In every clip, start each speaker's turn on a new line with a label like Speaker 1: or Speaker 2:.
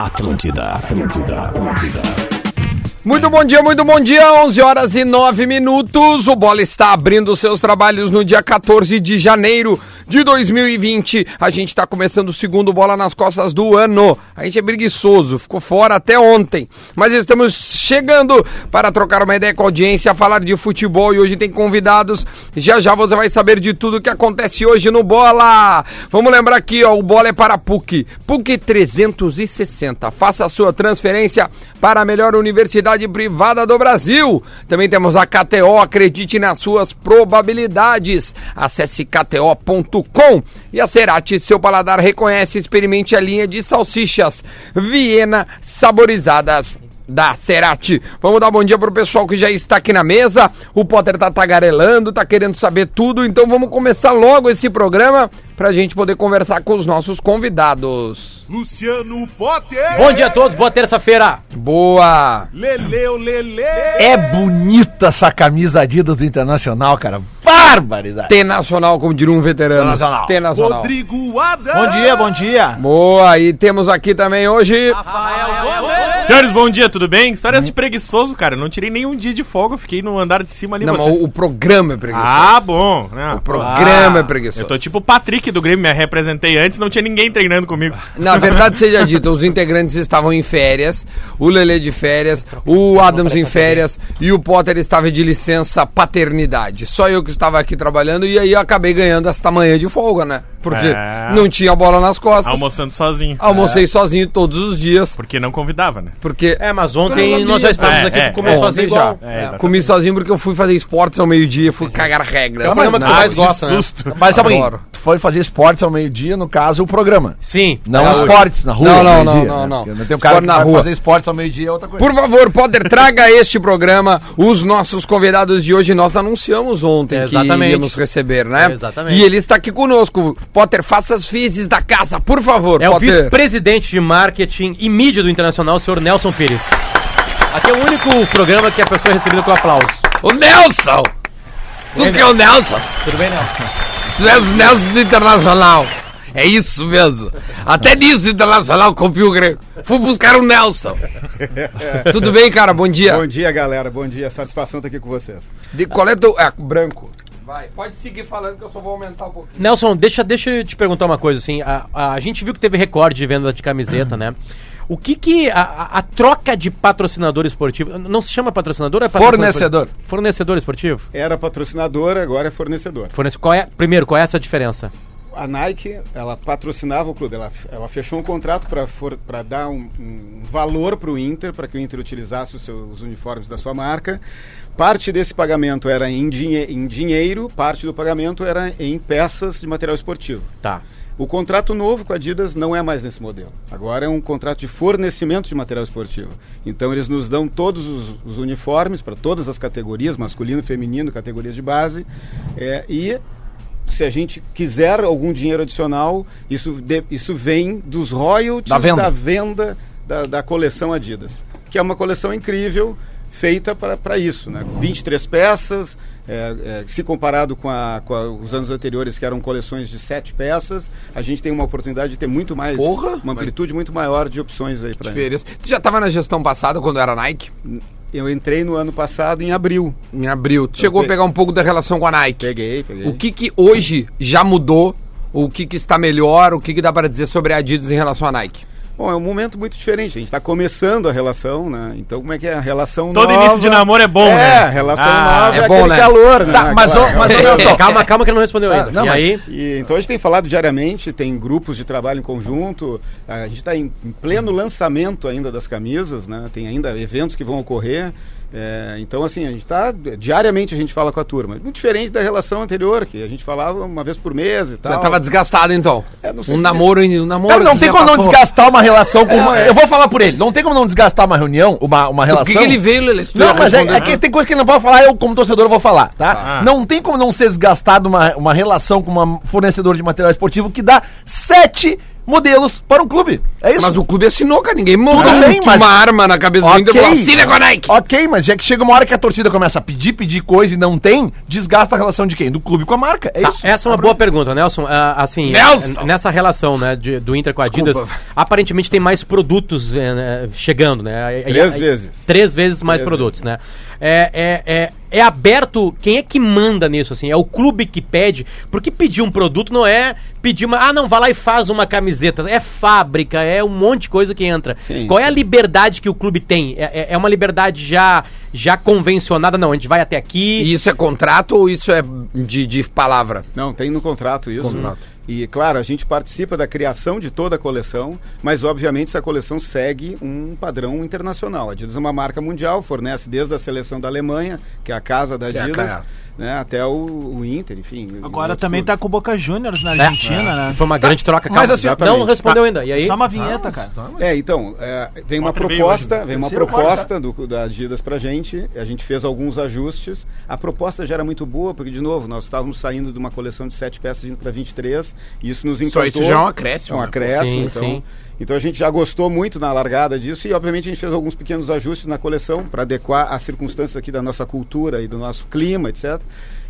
Speaker 1: Atlântida, Atlântida, Atlântida.
Speaker 2: Muito bom dia, muito bom dia. 11 horas e 9 minutos. O Bola está abrindo seus trabalhos no dia 14 de janeiro de 2020. A gente está começando o segundo Bola nas Costas do ano. A gente é preguiçoso, ficou fora até ontem. Mas estamos chegando para trocar uma ideia com a audiência, falar de futebol e hoje tem convidados. Já já você vai saber de tudo que acontece hoje no Bola. Vamos lembrar aqui, ó, o Bola é para PUC. PUC 360. Faça a sua transferência para a melhor universidade privada do Brasil. Também temos a KTO, acredite nas suas probabilidades. Acesse kto.com e a Cerati, seu paladar reconhece, experimente a linha de salsichas Viena saborizadas da Cerati. Vamos dar bom dia pro pessoal que já está aqui na mesa. O Potter tá tagarelando, tá querendo saber tudo, então vamos começar logo esse programa pra gente poder conversar com os nossos convidados.
Speaker 3: Luciano Potter.
Speaker 4: Bom dia a todos, boa terça-feira.
Speaker 2: Boa!
Speaker 3: Leleu, Lele.
Speaker 5: É bonita essa camisa Adidas do Internacional, cara. Barbaridade.
Speaker 2: T-Nacional, como diria um veterano.
Speaker 5: T-Nacional.
Speaker 2: T-Nacional.
Speaker 3: Rodrigo Adam.
Speaker 4: Bom dia, bom dia.
Speaker 2: Boa, e temos aqui também hoje. Hum.
Speaker 6: Senhores, bom dia, tudo bem? História de preguiçoso, cara. Eu não tirei nenhum dia de folga, eu fiquei no andar de cima ali.
Speaker 2: Não, mas
Speaker 6: você-
Speaker 2: o, o programa é preguiçoso.
Speaker 6: Ah, bom. né?
Speaker 2: o programa é preguiçoso.
Speaker 6: Eu tô tipo o Patrick do Grêmio, me representei antes, não tinha ninguém treinando comigo.
Speaker 2: Na verdade, seja dito, os integrantes estavam em férias, o Lelê de férias, o Adams em férias e o Potter estava de licença paternidade. Só eu que estava aqui trabalhando e aí eu acabei ganhando esta manhã de folga, né? Porque
Speaker 6: É.
Speaker 2: não tinha bola nas costas.
Speaker 6: Almoçando sozinho.
Speaker 2: Almocei sozinho todos os dias,
Speaker 6: Porque não convidava, né?
Speaker 2: porque
Speaker 4: É, mas ontem
Speaker 2: Pelo
Speaker 4: nós já estávamos
Speaker 6: É,
Speaker 4: aqui,
Speaker 6: é,
Speaker 4: tu começou
Speaker 2: é.
Speaker 4: a ser
Speaker 2: Ontem
Speaker 4: igual.
Speaker 2: já.
Speaker 6: É, exatamente.
Speaker 2: comi sozinho porque eu fui fazer esportes ao meio-dia, fui cagar regras.
Speaker 5: É o programa
Speaker 2: Não,
Speaker 5: que tu mais
Speaker 2: que
Speaker 5: gosta,
Speaker 6: né?
Speaker 5: Mas sabe,
Speaker 2: Adoro.
Speaker 5: tu foi fazer esportes ao meio-dia, no caso, o programa.
Speaker 4: Sim.
Speaker 5: Não
Speaker 2: Na rua.
Speaker 5: esportes na rua.
Speaker 2: Não,
Speaker 5: ao
Speaker 2: não,
Speaker 5: meio-dia,
Speaker 2: não, não, não.
Speaker 5: Porque Tem um cara
Speaker 2: Esporte
Speaker 5: que
Speaker 2: na
Speaker 5: vai
Speaker 2: rua.
Speaker 5: fazer esportes ao meio-dia é outra coisa.
Speaker 2: Por favor, Potter, traga este programa. Os nossos convidados de hoje nós anunciamos ontem
Speaker 4: É,
Speaker 2: que
Speaker 4: exatamente.
Speaker 2: iríamos receber, né?
Speaker 4: É, exatamente.
Speaker 2: E ele está aqui conosco. Potter, faça as vezes da casa, por favor,
Speaker 4: É o
Speaker 2: Potter.
Speaker 4: vice-presidente de marketing e mídia do Internacional, o senhor Nelson Pires. Aqui é o único programa que a pessoa é recebida com aplauso.
Speaker 2: O Nelson! Tu que é o Nelson?
Speaker 4: Tudo bem, Nelson?
Speaker 2: Tu és o Nelson do Internacional. É isso mesmo. Até nisso do Internacional copiou o Grêmio. Fui buscar o Nelson. Tudo bem, cara? Bom dia.
Speaker 7: Bom dia, galera. Bom dia. Satisfação estar aqui com vocês.
Speaker 2: De, qual é teu... É, branco. Vai, pode seguir falando que eu só vou aumentar um pouquinho.
Speaker 4: Nelson, deixa, deixa eu te perguntar uma coisa, assim, a, a, a gente viu que teve recorde de venda de camiseta, né? O que que a, a- a troca de patrocinador esportivo, não se chama patrocinador, é patrocinador
Speaker 5: Fornecedor.
Speaker 4: esportivo? Fornecedor esportivo?
Speaker 7: Era patrocinador, agora é fornecedor.
Speaker 4: Fornece, qual é, primeiro, qual é essa diferença?
Speaker 7: A Nike, ela patrocinava o clube. Ela, ela fechou um contrato para dar um, um valor para o Inter, para que o Inter utilizasse os seus uniformes da sua marca. Parte desse pagamento era em, dinhe- em dinheiro, parte do pagamento era em peças de material esportivo.
Speaker 4: Tá.
Speaker 7: O contrato novo com a Adidas não é mais nesse modelo. Agora é um contrato de fornecimento de material esportivo. Então eles nos dão todos os, os uniformes para todas as categorias, masculino, feminino, categorias de base. é, e se a gente quiser algum dinheiro adicional, isso, de- isso vem dos royalties
Speaker 5: Da venda.
Speaker 7: venda da, da coleção Adidas. Que é uma coleção incrível, feita para isso. Né? 23 peças, é, é, se comparado com, a- com a- os anos anteriores, que eram coleções de 7 peças, a gente tem uma oportunidade de ter muito mais,
Speaker 2: Porra!
Speaker 7: uma amplitude muito maior de opções aí para
Speaker 2: Férias. Tu já tava na gestão passada quando era Nike?
Speaker 7: Eu entrei no ano passado, em abril.
Speaker 2: Em abril. Tu chegou a pegar um pouco da relação com a Nike.
Speaker 7: Peguei, peguei.
Speaker 2: O que que hoje já mudou? O que que está melhor? O que que dá para dizer sobre a Adidas em relação à Nike?
Speaker 7: Bom, é um momento muito diferente. A gente está começando a relação, né? Então, como é que é a relação
Speaker 6: Todo
Speaker 7: nova-
Speaker 6: início de namoro é bom,
Speaker 7: é,
Speaker 6: né?
Speaker 7: a relação
Speaker 6: Ah,
Speaker 7: nova
Speaker 2: é
Speaker 7: é,
Speaker 2: bom,
Speaker 7: aquele
Speaker 2: né?
Speaker 7: calor, né?
Speaker 5: Tá, mas,
Speaker 7: Aquela- É. Ah,
Speaker 5: ô, mas ô, Nelson,
Speaker 4: calma, calma que ele não respondeu ainda.
Speaker 5: não,
Speaker 4: e
Speaker 5: mas-
Speaker 4: aí...
Speaker 7: E, então a gente tem falado diariamente, tem grupos de trabalho em conjunto, a gente está em, em pleno lançamento ainda das camisas, né? tem ainda eventos que vão ocorrer. é, então, assim, a gente está. Diariamente a gente fala com a turma. Muito diferente da relação anterior, que a gente falava uma vez por mês e
Speaker 2: Já
Speaker 7: tal.
Speaker 2: tava desgastado então.
Speaker 7: É, não sei
Speaker 2: um,
Speaker 7: se-
Speaker 2: namoro, em- um namoro.
Speaker 5: Cara, não
Speaker 2: que
Speaker 5: tem
Speaker 2: já
Speaker 5: como não
Speaker 2: passou.
Speaker 5: desgastar uma relação
Speaker 1: É,
Speaker 5: com uma... Eu vou falar por ele. Não tem como não desgastar uma reunião, uma, uma
Speaker 2: Por
Speaker 5: relação...
Speaker 2: que, que ele veio, Lelê? Se tu
Speaker 5: Não,
Speaker 2: já
Speaker 5: mas é,
Speaker 2: respondeu.
Speaker 5: é
Speaker 1: né?
Speaker 5: que tem coisa que ele não pode falar, eu como torcedor eu vou falar, tá?
Speaker 1: Ah.
Speaker 6: Tá.
Speaker 5: Não tem como não ser desgastado uma, uma relação com uma fornecedora de material esportivo que dá sete modelos para um clube. É isso.
Speaker 1: Mas o clube assinou, cara. Ninguém mandou
Speaker 5: bem,
Speaker 1: um-
Speaker 5: mas-
Speaker 1: uma arma na cabeça do Inter e falou, assina com a Nike.
Speaker 5: Ok, mas é que chega uma hora que a torcida começa a pedir, pedir coisa e não tem, desgasta a relação de quem? Do clube com a marca. É
Speaker 4: Tá,
Speaker 5: isso.
Speaker 4: essa é uma boa pergunta, Nelson. Ah, assim,
Speaker 1: Nelson!
Speaker 4: eh, nessa relação né, de- do Inter com a Adidas,
Speaker 1: Desculpa.
Speaker 4: aparentemente tem mais produtos eh, né, chegando, né? Aí- aí-
Speaker 7: Três
Speaker 4: aí-
Speaker 7: vezes.
Speaker 4: Três vezes mais
Speaker 7: Três
Speaker 4: produtos, né? É, é, é, é aberto. Quem é que manda nisso? Assim? É o clube que pede. Porque pedir um produto não é pedir uma. Ah, não, vai lá e faz uma camiseta. É fábrica, é um monte de coisa que entra.
Speaker 7: Sim,
Speaker 4: Qual é a liberdade que o clube tem? É, é- é uma liberdade já, já convencionada? Não, a gente vai até aqui.
Speaker 1: E isso é contrato ou isso é de, de palavra?
Speaker 7: Não, tem no contrato isso. E, claro, a gente participa da criação de toda a coleção, mas, obviamente, essa coleção segue um padrão internacional. A Adidas é uma marca mundial, fornece desde a seleção da Alemanha, que é a casa da
Speaker 1: é a
Speaker 7: Adidas,
Speaker 1: casa.
Speaker 7: né, até o, o Inter, enfim.
Speaker 8: Agora
Speaker 7: outros
Speaker 8: também
Speaker 7: clubes.
Speaker 8: tá com o Boca Juniors
Speaker 6: É.
Speaker 8: na Argentina, né?
Speaker 4: Foi uma grande troca.
Speaker 5: mas assim,
Speaker 4: não
Speaker 7: exatamente. Tá.
Speaker 4: respondeu ainda. E aí?
Speaker 8: Só uma vinheta, cara.
Speaker 7: É, então, é, vem uma
Speaker 6: Ontem veio
Speaker 8: né?
Speaker 7: proposta, vem uma
Speaker 5: Terceiro
Speaker 8: tá.
Speaker 7: proposta do, da Adidas pra gente, a gente fez alguns ajustes. A proposta já era muito boa, porque, de novo, nós estávamos saindo de uma coleção de sete peças indo para 23, e isso nos encantou.
Speaker 1: isso já é um acréscimo,
Speaker 7: É um
Speaker 1: né?
Speaker 7: acréscimo,
Speaker 4: Sim,
Speaker 7: então...
Speaker 4: sim.
Speaker 7: Então a gente já gostou muito na largada disso e obviamente a gente fez alguns pequenos ajustes na coleção para adequar às circunstâncias aqui da nossa cultura e do nosso clima, etc.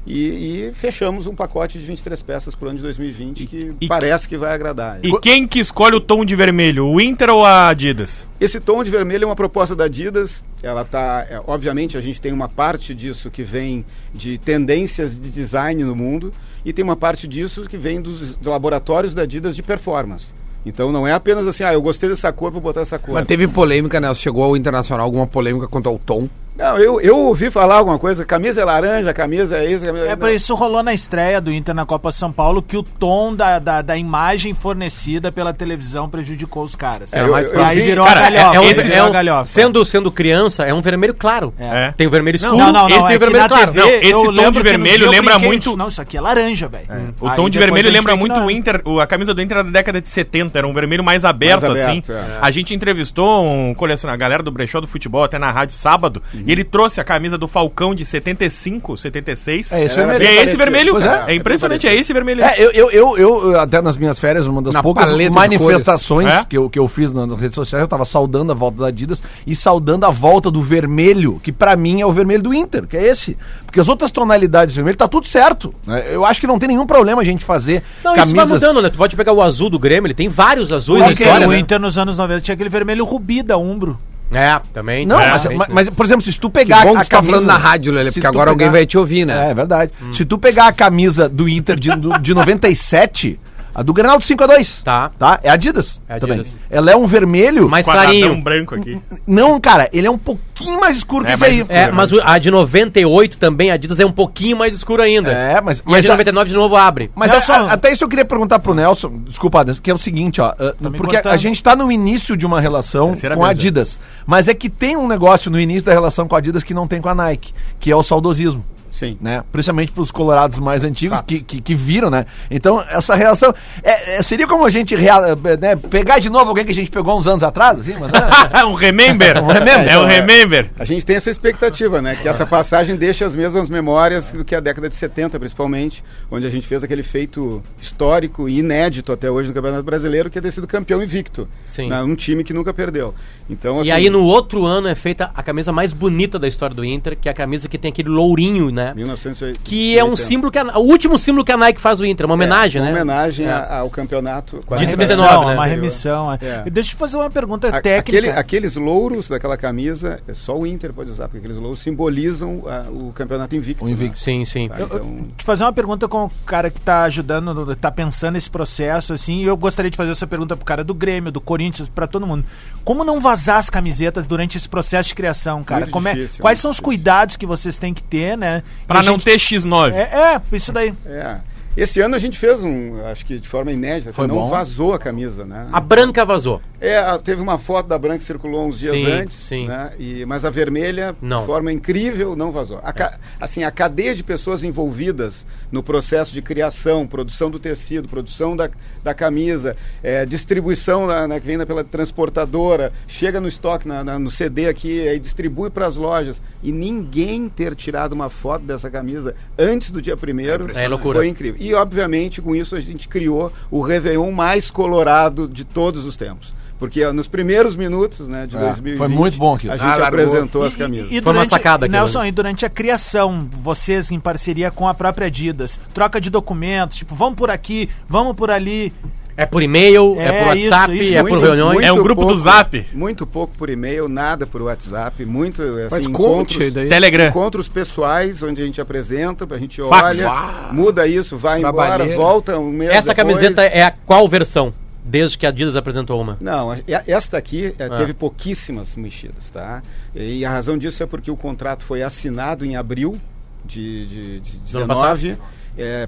Speaker 7: E, e fechamos um pacote de 23 peças para o ano de 2020 que
Speaker 6: e-
Speaker 7: parece que vai agradar.
Speaker 6: E quem que escolhe o tom de vermelho, o Inter ou a Adidas?
Speaker 7: Esse tom de vermelho é uma proposta da Adidas. Ela tá, é, obviamente, a gente tem uma parte disso que vem de tendências de design no mundo e tem uma parte disso que vem dos laboratórios da Adidas de performance. Então não é apenas assim, ah, eu gostei dessa cor, vou botar essa cor.
Speaker 1: Mas teve polêmica, né? Chegou ao Internacional alguma polêmica quanto ao tom.
Speaker 7: Não, eu, eu ouvi falar alguma coisa, camisa é laranja, camisa é isso, camisa
Speaker 8: É, por isso rolou na estreia do Inter na Copa São Paulo que o tom da, da, da imagem fornecida pela televisão prejudicou os caras.
Speaker 7: É, eu- eu-
Speaker 8: e aí
Speaker 7: eu vi-
Speaker 8: virou
Speaker 6: cara,
Speaker 8: a galhofa.
Speaker 6: é-
Speaker 4: né?
Speaker 6: é um-
Speaker 8: virou
Speaker 6: é
Speaker 8: a
Speaker 6: um-
Speaker 8: galhofa.
Speaker 4: Sendo, sendo criança, é um vermelho claro.
Speaker 6: É.
Speaker 4: Tem o vermelho escuro,
Speaker 8: não, não, não,
Speaker 4: esse tem
Speaker 8: é
Speaker 4: o vermelho
Speaker 8: que na
Speaker 4: claro.
Speaker 8: TV
Speaker 6: Não, esse
Speaker 8: eu
Speaker 6: tom de
Speaker 8: lembro que no
Speaker 6: vermelho
Speaker 8: dia eu
Speaker 6: lembra
Speaker 8: brinquei,
Speaker 6: muito-
Speaker 8: disse, Não, isso aqui é laranja, velho.
Speaker 6: O
Speaker 8: Aí
Speaker 6: tom
Speaker 8: depois
Speaker 6: de vermelho
Speaker 8: a gente
Speaker 6: lembra
Speaker 8: foi
Speaker 6: muito o
Speaker 8: ignorando.
Speaker 6: Inter, o- a camisa do Inter era da década de 70, era um vermelho mais aberto,
Speaker 7: Mais aberto,
Speaker 6: assim.
Speaker 7: é.
Speaker 6: A gente entrevistou um colecionador, a galera do brechó do futebol, até na rádio sábado, e ele trouxe a camisa do Falcão de 75, 76.
Speaker 5: É, esse
Speaker 6: Era
Speaker 5: vermelho.
Speaker 6: bem- é esse
Speaker 7: Parecido.
Speaker 6: vermelho,
Speaker 5: Pois é.
Speaker 6: cara. É, impressionante, é esse vermelho.
Speaker 5: É, eu, eu, eu, eu, até nas minhas férias, uma das
Speaker 1: Na
Speaker 5: poucas
Speaker 1: paleta de
Speaker 5: manifestações
Speaker 6: cores. É?
Speaker 5: que, eu, que eu fiz na- nas redes sociais, eu tava saudando a volta da Adidas e saudando a volta do vermelho, que pra mim é o vermelho do Inter, que é esse. Porque as outras tonalidades de vermelho tá tudo certo. né? Eu acho que não tem nenhum problema a gente fazer
Speaker 4: Não, isso vai mudando, né? Tu pode pegar o azul do Grêmio, ele tem vários azuis na
Speaker 5: Porque
Speaker 4: história,
Speaker 8: o
Speaker 4: né?
Speaker 8: Inter nos anos 90 tinha aquele vermelho rubi da Umbro.
Speaker 4: É, também.
Speaker 5: Não,
Speaker 4: É.
Speaker 5: mas,
Speaker 4: Realmente,
Speaker 5: mas-
Speaker 4: né?
Speaker 5: mas, por exemplo, se tu
Speaker 1: Que
Speaker 5: pegar
Speaker 1: bom que tu tá
Speaker 5: camisa-
Speaker 1: falando na rádio, Lelê,
Speaker 5: se
Speaker 1: porque
Speaker 5: tu
Speaker 1: agora alguém
Speaker 5: pegar-
Speaker 1: vai te ouvir, né?
Speaker 5: É, é verdade. Se tu pegar a camisa do Inter de, do- de 97, a do Grenal de 5x2.
Speaker 4: Tá.
Speaker 5: tá. É Adidas.
Speaker 4: É
Speaker 5: também.
Speaker 4: Adidas.
Speaker 5: Ela é um vermelho.
Speaker 4: mais
Speaker 6: quadradão
Speaker 4: clarinho.
Speaker 6: branco aqui.
Speaker 5: Não, cara, ele é um pouquinho mais escuro que
Speaker 6: É,
Speaker 5: isso aí.
Speaker 6: mais escuro.
Speaker 4: É, mas o- a de 98 também, a Adidas é um pouquinho mais escura ainda.
Speaker 5: É, mas-
Speaker 4: E a
Speaker 5: mas
Speaker 4: de
Speaker 5: a-
Speaker 4: 99 de novo abre.
Speaker 5: Mas
Speaker 8: Não,
Speaker 5: a-
Speaker 8: só-
Speaker 6: ah,
Speaker 5: a- até isso eu queria perguntar pro Nelson, desculpa, Adas, que é o seguinte, ó, uh,
Speaker 8: me
Speaker 5: porque a,
Speaker 8: cortando.
Speaker 5: a gente tá no início de uma relação
Speaker 6: Terceira
Speaker 5: com a
Speaker 6: vez, já.
Speaker 5: Adidas, mas é que tem um negócio no início da relação com a Adidas que não tem com a Nike, que é o saudosismo.
Speaker 7: Sim.
Speaker 5: Né? Principalmente pros colorados mais antigos que, que, que viram, né? Então, essa relação. é- é- seria como a gente real- é, né, pegar de novo alguém que a gente pegou uns anos atrás, assim, mas, né?
Speaker 6: um remember.
Speaker 5: remember.
Speaker 6: É um remember.
Speaker 7: então A gente tem essa expectativa, né? Que essa passagem deixa as mesmas memórias do que a década de 70, principalmente, onde a gente fez aquele feito histórico e inédito até hoje no Campeonato Brasileiro, que é ter sido campeão invicto.
Speaker 4: Sim.
Speaker 7: Né? Um time que nunca perdeu. Então,
Speaker 4: E aí no outro ano é feita a camisa mais bonita da história do Inter, que é a camisa que tem aquele lourinho, né?
Speaker 7: 1980,
Speaker 4: Que é um símbolo que a, o último símbolo que a Nike faz do Inter,
Speaker 1: É,
Speaker 4: uma homenagem,
Speaker 7: uma
Speaker 4: né?
Speaker 7: homenagem
Speaker 4: É.
Speaker 7: a- ao campeonato.
Speaker 4: De
Speaker 8: Uma
Speaker 4: 79,
Speaker 8: remissão,
Speaker 4: né?
Speaker 8: Uma remissão. é.
Speaker 7: É.
Speaker 8: E Deixa eu fazer uma pergunta
Speaker 7: A-
Speaker 8: técnica.
Speaker 7: aquele- aqueles louros daquela camisa, é só o Inter pode usar, porque aqueles louros simbolizam ah, o campeonato invicto.
Speaker 5: O invicto.
Speaker 4: Sim, sim.
Speaker 7: né? Tá, então,
Speaker 8: te fazer uma pergunta com o cara que tá ajudando, no- tá pensando esse processo, assim, e eu gostaria de fazer essa pergunta pro cara do Grêmio, do Corinthians, pra todo mundo. Como não vazar as camisetas durante esse processo de criação, cara?
Speaker 7: Muito
Speaker 8: Como é-
Speaker 7: difícil,
Speaker 8: quais
Speaker 7: muito
Speaker 8: são os
Speaker 7: difícil.
Speaker 8: cuidados que vocês têm que ter, né? E
Speaker 6: Pra
Speaker 8: a
Speaker 6: não
Speaker 8: gente-
Speaker 6: ter X9.
Speaker 8: É, é, isso daí.
Speaker 7: é. Esse ano a gente fez um, acho que de forma inédita,
Speaker 5: Foi
Speaker 7: não
Speaker 5: bom.
Speaker 7: vazou a camisa, né?
Speaker 4: A branca vazou.
Speaker 7: É, a- teve uma foto da branca que circulou uns dias
Speaker 4: Sim,
Speaker 7: antes,
Speaker 4: sim.
Speaker 7: né? E, mas a vermelha,
Speaker 4: Não.
Speaker 7: de forma incrível, não vazou. A ca- Assim, a cadeia de pessoas envolvidas no processo de criação, produção do tecido, produção da, da camisa, eh, distribuição na- na- que vem na- pela transportadora, chega no estoque, na- na- no CD aqui, aí distribui para as lojas. E ninguém ter tirado uma foto dessa camisa antes do dia primeiro
Speaker 4: É loucura.
Speaker 7: foi incrível. E, obviamente, com isso a gente criou o Réveillon mais colorado de todos os tempos. Porque ó, nos primeiros minutos né, de
Speaker 5: É,
Speaker 4: Ah,
Speaker 7: 2020...
Speaker 5: foi muito bom aquilo.
Speaker 7: A gente
Speaker 5: Ah, largou.
Speaker 7: apresentou as
Speaker 8: E-
Speaker 7: camisas.
Speaker 8: E, e
Speaker 4: Foi uma
Speaker 8: durante-
Speaker 4: sacada aquilo,
Speaker 8: Nelson,
Speaker 4: né?
Speaker 8: e durante a criação, vocês em parceria com a própria Adidas, troca de documentos, tipo, vamos por aqui, vamos por ali.
Speaker 4: É por e-mail, é,
Speaker 8: É,
Speaker 4: por
Speaker 8: isso,
Speaker 4: WhatsApp,
Speaker 8: isso,
Speaker 4: é por reuniões.
Speaker 6: muito- É um grupo do Zap.
Speaker 7: Muito pouco por e-mail, nada por WhatsApp, muito assim,
Speaker 2: Mas
Speaker 7: encontros,
Speaker 2: conte daí.
Speaker 6: Telegram.
Speaker 7: encontros pessoais, onde a gente apresenta, a gente
Speaker 6: Fax.
Speaker 7: olha, muda isso, vai embora,
Speaker 2: Trabalheira.
Speaker 7: volta um mês
Speaker 4: Essa
Speaker 7: depois.
Speaker 4: camiseta é a qual versão? Desde que a Adidas apresentou uma.
Speaker 7: Não, é- esta aqui
Speaker 4: Ah.
Speaker 7: é, teve pouquíssimas mexidas, tá? E a razão disso é porque o contrato foi assinado em abril de, de, de
Speaker 4: Do ano passado?
Speaker 7: 19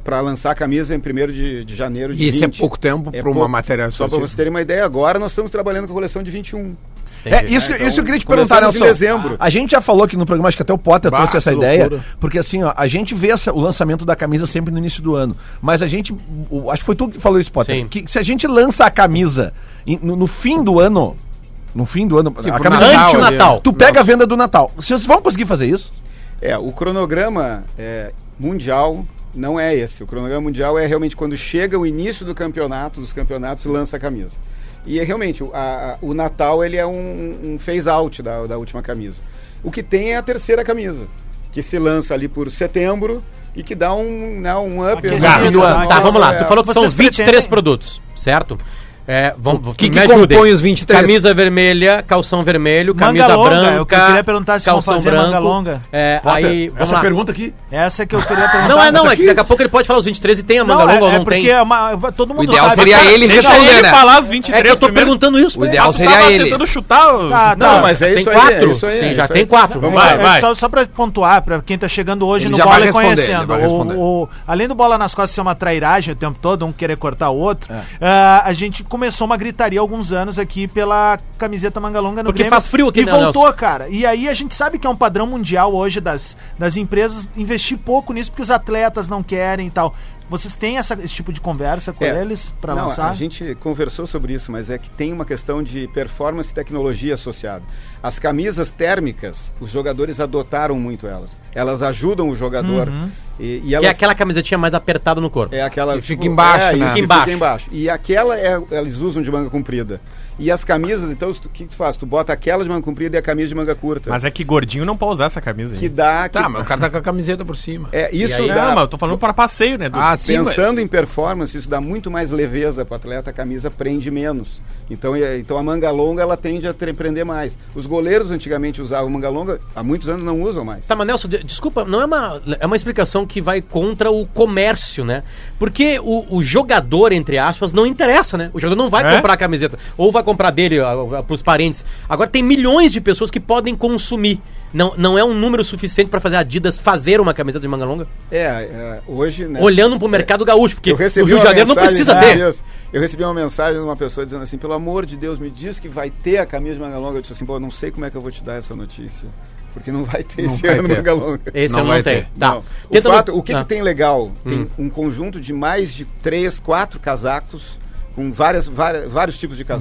Speaker 7: para lançar a camisa em 1 de, de janeiro de
Speaker 2: E isso é
Speaker 7: 20.
Speaker 2: pouco tempo pra uma matéria
Speaker 7: Só para
Speaker 2: esportiva.
Speaker 7: vocês terem uma ideia, agora nós estamos trabalhando com a coleção de 21.
Speaker 5: É, isso, que-
Speaker 7: Então,
Speaker 5: isso eu queria te perguntar,
Speaker 7: começamos em
Speaker 5: Nelson.
Speaker 7: dezembro.
Speaker 5: A gente já falou aqui no programa, acho que até o Potter
Speaker 2: Bah,
Speaker 5: trouxe essa
Speaker 2: que
Speaker 5: ideia,
Speaker 2: loucura.
Speaker 5: porque assim, ó, a gente vê essa- o lançamento da camisa sempre no início do ano, mas a gente, o- acho que foi tu que falou isso, Potter,
Speaker 4: Sim.
Speaker 5: que se a gente lança a camisa em- no, no fim do ano, no fim do ano, a
Speaker 2: pro
Speaker 5: camisa
Speaker 2: Natal
Speaker 5: antes do
Speaker 2: ali,
Speaker 5: Natal,
Speaker 2: né?
Speaker 5: tu pega a venda do Natal. Vocês vão conseguir fazer isso?
Speaker 7: É, o cronograma é, mundial não é esse. O cronograma mundial é realmente quando chega o início do campeonato, dos campeonatos, lança a camisa. E é realmente, o, a- a- o Natal ele é um, um phase-out da, da última camisa. O que tem é a terceira camisa, que se lança ali por setembro e que dá um, né, um up.
Speaker 8: Aquecida,
Speaker 7: uma-
Speaker 8: Isso,
Speaker 4: tá,
Speaker 7: uma-
Speaker 4: tá, vamos lá.
Speaker 7: é,
Speaker 4: Tu falou que são
Speaker 8: Vocês
Speaker 4: 23
Speaker 8: pretendem-
Speaker 4: produtos, certo? É, vamos,
Speaker 1: que
Speaker 4: me
Speaker 1: que
Speaker 4: ajudem.
Speaker 1: compõe os 23?
Speaker 4: Camisa vermelha, calção vermelho,
Speaker 8: Manga
Speaker 4: camisa
Speaker 8: longa,
Speaker 4: branca.
Speaker 8: eu que- eu queria perguntar se vão
Speaker 4: calção
Speaker 8: fazer
Speaker 4: branco.
Speaker 8: manga longa.
Speaker 4: É, aí, vamos lá.
Speaker 5: aqui.
Speaker 8: Essa que eu queria perguntar.
Speaker 4: Não, é não, é
Speaker 8: Mas
Speaker 4: que daqui a pouco ele pode falar os 23 e tem a manga
Speaker 8: não, é-
Speaker 4: longa ou
Speaker 8: é
Speaker 4: não
Speaker 8: porque
Speaker 4: tem.
Speaker 8: é uma- todo mundo
Speaker 1: O ideal
Speaker 8: sabe. é
Speaker 1: seria ele
Speaker 6: Deixa
Speaker 1: responder,
Speaker 6: ele
Speaker 1: né?
Speaker 6: falar os 23
Speaker 4: É que eu tô
Speaker 6: primeiro.
Speaker 4: perguntando isso.
Speaker 1: O
Speaker 4: né?
Speaker 1: ideal
Speaker 6: Ah, tu
Speaker 1: seria
Speaker 6: tava
Speaker 1: ele.
Speaker 6: tentando chutar os...
Speaker 8: Tá,
Speaker 7: Não,
Speaker 8: tá.
Speaker 7: mas é
Speaker 4: tem
Speaker 7: isso aí,
Speaker 4: quatro.
Speaker 7: é isso aí.
Speaker 4: Tem-
Speaker 7: é
Speaker 4: já
Speaker 7: isso
Speaker 4: tem
Speaker 7: aí.
Speaker 4: quatro.
Speaker 7: Vamos
Speaker 6: Vai,
Speaker 7: lá.
Speaker 8: É,
Speaker 6: vai.
Speaker 8: Só, só pra pontuar, pra quem tá chegando hoje
Speaker 2: Ele
Speaker 8: no
Speaker 2: já vai
Speaker 8: Bola e
Speaker 2: responder, ele
Speaker 8: Conhecendo.
Speaker 2: vai responder.
Speaker 8: O- o- além do Bola nas Costas ser uma trairagem o tempo todo, um querer cortar o outro, ah, a gente começou uma gritaria há alguns anos aqui pela camiseta manga longa no
Speaker 4: Porque faz frio aqui,
Speaker 8: E
Speaker 4: né,
Speaker 8: voltou,
Speaker 4: Nelson?
Speaker 8: cara. E aí a gente sabe que é um padrão mundial hoje das, das empresas investir pouco nisso porque os atletas não querem e tal. Vocês têm essa- esse tipo de conversa com
Speaker 7: É.
Speaker 8: eles pra
Speaker 7: Não,
Speaker 8: lançar?
Speaker 7: A gente conversou sobre isso, mas é que tem uma questão de performance e tecnologia associada. As camisas térmicas, os jogadores adotaram muito elas. Elas ajudam o jogador.
Speaker 2: Uhum.
Speaker 7: E, e
Speaker 4: Que é
Speaker 7: elas,
Speaker 4: aquela camisetinha mais apertada no corpo.
Speaker 7: é aquela
Speaker 2: Que fica embaixo,
Speaker 7: é,
Speaker 2: né?
Speaker 7: e
Speaker 2: Fica
Speaker 7: que
Speaker 4: embaixo.
Speaker 7: Fica embaixo. E aquela é, eles usam de manga comprida. E as camisas, então, o que tu faz? Tu bota aquela de manga comprida e a camisa de manga curta.
Speaker 6: Mas é que gordinho não pode usar essa camisa aí.
Speaker 7: que dá. Que,
Speaker 2: Tá, mas o cara tá com a camiseta por cima.
Speaker 7: É, isso
Speaker 6: Não,
Speaker 7: dá.
Speaker 6: mas eu tô falando para passeio, né? Edu?
Speaker 2: Ah, sim, mas-
Speaker 7: Pensando em performance, isso dá muito mais leveza para o atleta, a camisa prende menos. Então, é- então a manga longa ela tende a tre- prender mais. Os goleiros antigamente usavam manga longa, há muitos anos não usam mais.
Speaker 4: Tá, mas Nelson, de- desculpa, não é uma, é uma explicação que vai contra o comércio, né? Porque o, o jogador, entre aspas, não interessa, né? O jogador não vai
Speaker 6: É?
Speaker 4: comprar a camiseta. Ou vai comprar dele, a- a- pros parentes. Agora, tem milhões de pessoas que podem consumir. Não, não é um número suficiente pra fazer a Adidas fazer uma camiseta de manga longa?
Speaker 7: É, é, hoje, né?
Speaker 4: Olhando pro mercado gaúcho, porque
Speaker 7: eu
Speaker 4: o
Speaker 7: recebi
Speaker 4: Rio de
Speaker 7: uma
Speaker 4: Janeiro não
Speaker 7: mensagem
Speaker 4: precisa
Speaker 7: esses
Speaker 4: ter.
Speaker 7: dias, Eu recebi uma mensagem de uma pessoa dizendo assim: pelo amor de Deus, me diz que vai ter a camisa de manga longa. Eu disse assim: pô, eu não sei como é que eu vou te dar essa notícia. Porque não vai ter
Speaker 2: Não
Speaker 7: esse
Speaker 2: vai
Speaker 7: ano
Speaker 2: ter.
Speaker 7: manga longa.
Speaker 4: Esse
Speaker 2: Não
Speaker 4: eu não
Speaker 2: vai
Speaker 4: tenho.
Speaker 2: ter. Hum.
Speaker 4: Tá.
Speaker 7: Não. O,
Speaker 4: Tenta nos-
Speaker 7: fato- o que,
Speaker 4: Ah.
Speaker 7: que tem legal? Tem um conjunto de mais de três, quatro casacos com várias, várias- vários tipos de casacos.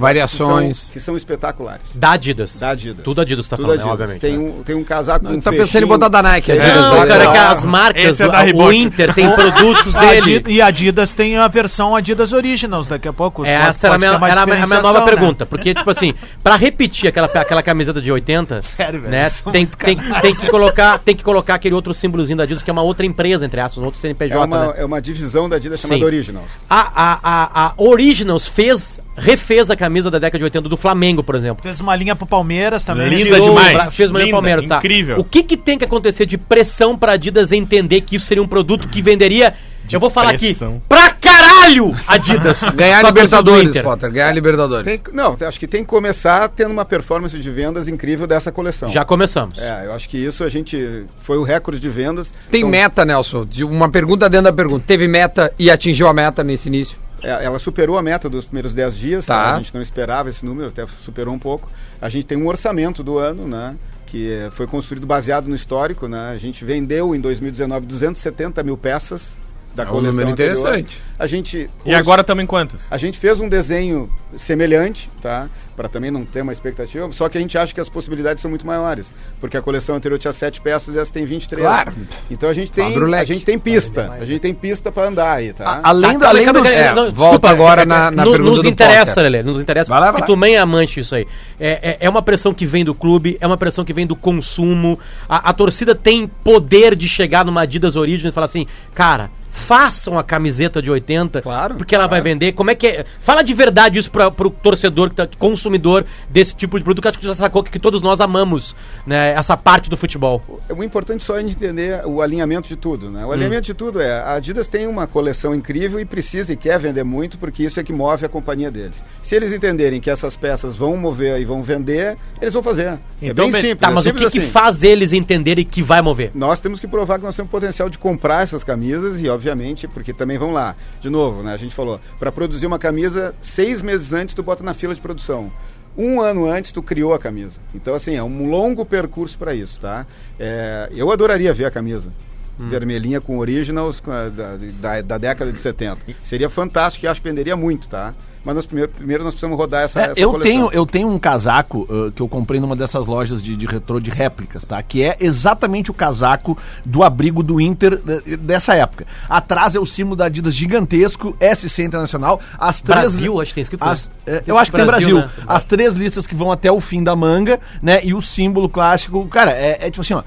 Speaker 7: Que
Speaker 2: Variações. Tá
Speaker 7: são, que são espetaculares.
Speaker 4: Da Adidas.
Speaker 7: Da Adidas.
Speaker 4: Tudo Adidas tu tá
Speaker 7: Tudo
Speaker 4: falando, né?
Speaker 7: Adidas.
Speaker 4: obviamente.
Speaker 7: Tem
Speaker 4: né?
Speaker 7: um, tem um casaco
Speaker 2: Não,
Speaker 7: com
Speaker 2: tá pensando
Speaker 7: fechinho.
Speaker 2: em botar da Nike,
Speaker 7: É,
Speaker 2: Adidas,
Speaker 4: Não,
Speaker 2: né?
Speaker 4: cara, é que
Speaker 2: Não.
Speaker 4: as marcas,
Speaker 6: Esse é
Speaker 4: do-
Speaker 6: da
Speaker 4: o
Speaker 6: Reebok.
Speaker 4: Inter tem produtos dele.
Speaker 8: Adi- e Adidas tem a versão Adidas Originals daqui a pouco.
Speaker 4: É,
Speaker 8: Pode-
Speaker 4: Essa era
Speaker 8: pode
Speaker 4: a minha,
Speaker 8: ter uma
Speaker 4: era a minha- a minha nova
Speaker 8: diferenciação, né?
Speaker 4: pergunta. Porque, tipo assim, pra repetir aquela, aquela camiseta de 80,
Speaker 8: Sério, velho,
Speaker 4: né,
Speaker 8: isso é
Speaker 4: tem, tem, tem, que colocar, tem que colocar aquele outro símbolozinho da Adidas, que é uma outra empresa, entre aspas, um outro
Speaker 7: É
Speaker 4: CNPJ,
Speaker 7: uma,
Speaker 4: né?
Speaker 7: é uma divisão da Adidas chamada
Speaker 4: Sim.
Speaker 7: Originals.
Speaker 4: A, a, a, a Originals fez, refez a camisa da década de 80 do Flamengo, por exemplo.
Speaker 8: Fez uma linha pro Palmeiras também.
Speaker 6: Linda
Speaker 4: Tirou
Speaker 6: demais.
Speaker 4: o Bra- Fez o Maria
Speaker 6: Linda,
Speaker 4: Palmeiras, tá?
Speaker 6: incrível.
Speaker 4: O que que tem que acontecer de pressão pra Adidas entender que isso seria um produto que venderia... eu vou falar
Speaker 6: pressão.
Speaker 4: aqui, pra caralho, Adidas.
Speaker 2: Ganhar
Speaker 4: Pra torcida do
Speaker 2: Libertadores,
Speaker 4: Inter.
Speaker 2: Potter. Ganhar
Speaker 7: Tem,
Speaker 2: Libertadores.
Speaker 7: não, acho que tem que começar tendo uma performance de vendas incrível dessa coleção.
Speaker 4: Já começamos.
Speaker 7: É, eu acho que isso a gente foi o recorde de vendas. Então,
Speaker 1: Tem
Speaker 7: São-
Speaker 1: meta, Nelson. De- Uma pergunta dentro da pergunta. Teve meta e atingiu a meta nesse início?
Speaker 7: é, ela superou a meta dos primeiros 10 dias,
Speaker 1: Tá.
Speaker 7: né? a gente não esperava esse número, até superou um pouco. A gente tem um orçamento do ano, né? Que eh, foi construído baseado no histórico, né? A gente vendeu em 2019 270 mil peças da
Speaker 2: É um
Speaker 7: coleção
Speaker 2: número
Speaker 7: anterior.
Speaker 2: interessante.
Speaker 7: A gente
Speaker 6: E agora estamos em quantas?
Speaker 7: a gente fez um desenho semelhante, tá? Para também não ter uma expectativa, só que a gente acha que as possibilidades são muito maiores, porque a coleção anterior tinha sete peças e essa tem 23.
Speaker 2: Claro.
Speaker 7: Então a gente tem,
Speaker 1: Abre o leque.
Speaker 7: a gente tem pista, a gente tem pista para andar aí, tá?
Speaker 5: A- além do,
Speaker 4: Tá,
Speaker 5: além
Speaker 4: calma,
Speaker 5: do
Speaker 4: calma,
Speaker 1: é,
Speaker 4: não,
Speaker 1: volta agora na- na
Speaker 4: no-
Speaker 1: pergunta
Speaker 4: Nos
Speaker 1: do
Speaker 4: interessa,
Speaker 1: Potter.
Speaker 4: Lelê, nos interessa.
Speaker 5: Vai lá, vai
Speaker 4: porque
Speaker 5: lá.
Speaker 4: tu também é amante disso aí. É, é, é uma pressão que vem do clube, é uma pressão que vem do consumo. A, a torcida tem poder de chegar numa Adidas Origins e falar assim, cara. Façam a camiseta de 80,
Speaker 7: Claro,
Speaker 4: porque ela vai vender. Como é que é? Fala de verdade isso para pro torcedor, que tá, consumidor desse tipo de produto, que acho que já sacou que, que todos nós amamos, né? Essa parte do futebol.
Speaker 7: o importante só é a gente entender o alinhamento de tudo,
Speaker 4: Hum.
Speaker 7: né? O alinhamento de tudo é, a Adidas tem uma coleção incrível e precisa e quer vender muito, porque isso é que move a companhia deles. Se eles entenderem que essas peças vão mover e vão vender, eles vão fazer.
Speaker 6: Então,
Speaker 7: é bem
Speaker 6: bem,
Speaker 7: simples,
Speaker 4: Tá,
Speaker 7: é
Speaker 4: mas o que,
Speaker 7: simples
Speaker 4: que faz eles entenderem que vai mover?
Speaker 7: Nós temos que provar que nós temos potencial de comprar essas camisas e, obviamente, porque também vão lá. De novo, né? A gente falou, para produzir uma camisa, seis meses antes tu bota na fila de produção. Um ano antes tu criou a camisa. Então, assim, é um longo percurso para isso, tá? É, eu adoraria ver a camisa.
Speaker 4: Hum.
Speaker 7: Vermelhinha com originals com a- da, da, da década de 70. Seria fantástico e acho que venderia muito, tá? Mas nós primeiro, primeiro nós precisamos rodar essa,
Speaker 5: É,
Speaker 7: essa
Speaker 5: eu
Speaker 7: coleção.
Speaker 5: tenho eu tenho um casaco ãh, que eu comprei numa dessas lojas de, de retrô de réplicas, tá? Que é exatamente o casaco do abrigo do Inter eh, dessa época. Atrás é o símbolo da Adidas gigantesco, SC Internacional, as três
Speaker 4: Brasil, acho que
Speaker 9: Ah,
Speaker 4: tem escrito,
Speaker 5: as-
Speaker 4: né?
Speaker 5: é,
Speaker 4: Tem
Speaker 5: eu acho que tem
Speaker 4: Brasil,
Speaker 5: Brasil.
Speaker 4: né?
Speaker 5: As três listas que vão até o fim da manga, né? E o símbolo clássico, cara, é, é tipo assim, ó.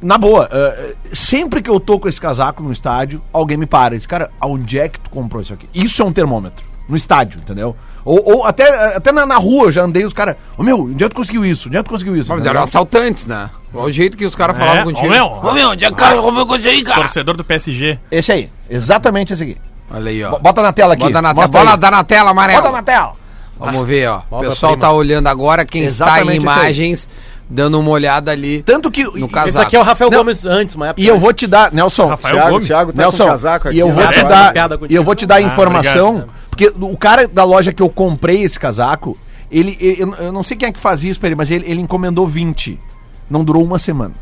Speaker 5: Na boa, eh, sempre que eu tô com esse casaco no estádio, alguém me para e diz, cara, aonde é que tu comprou isso aqui? Isso é um termômetro. No estádio, entendeu? Ou, ou até, até na, na rua eu já andei os caras. Ô meu, onde é que tu conseguiu isso? Onde é que tu conseguiu isso?
Speaker 2: Mas
Speaker 5: Entendeu?
Speaker 2: eram assaltantes, né? Olha o jeito que os caras falavam contigo.
Speaker 6: É, ô, meu. Ah,
Speaker 2: Ô meu, onde é que o cara roubou coisa aí, cara?
Speaker 6: Torcedor do PSG.
Speaker 5: Esse aí, exatamente esse aqui.
Speaker 2: Olha aí, ó.
Speaker 5: Bo- Bota na tela aqui.
Speaker 2: Bota na tela.
Speaker 5: Mostra
Speaker 2: Bola,
Speaker 5: aí.
Speaker 2: dá na tela, amarelo.
Speaker 5: Bota na tela.
Speaker 2: Vamos ver, ó. O
Speaker 4: Obra
Speaker 2: pessoal
Speaker 4: prima.
Speaker 2: tá olhando agora, quem está em
Speaker 5: Exatamente isso aí.
Speaker 2: imagens, dando uma olhada ali.
Speaker 5: Tanto que.
Speaker 2: No
Speaker 5: e-
Speaker 2: caso-
Speaker 4: Isso aqui é o Rafael
Speaker 5: Não.
Speaker 4: Gomes antes, uma época.
Speaker 5: E eu vou te dar, Nelson.
Speaker 6: Rafael
Speaker 7: Thiago,
Speaker 6: Gomes. Tá
Speaker 7: Thiago tá com
Speaker 5: Nelson,
Speaker 7: um casaco aqui.
Speaker 5: e eu vou
Speaker 7: né?
Speaker 5: te
Speaker 4: Piada
Speaker 5: dar,
Speaker 4: piada
Speaker 5: e
Speaker 4: contigo.
Speaker 5: eu vou te dar a
Speaker 6: Ah,
Speaker 5: informação,
Speaker 6: obrigado.
Speaker 5: porque o cara da loja que eu comprei esse casaco, ele, ele- eu, eu não sei quem é que fazia isso pra ele, mas ele, ele encomendou 20. Não durou uma semana,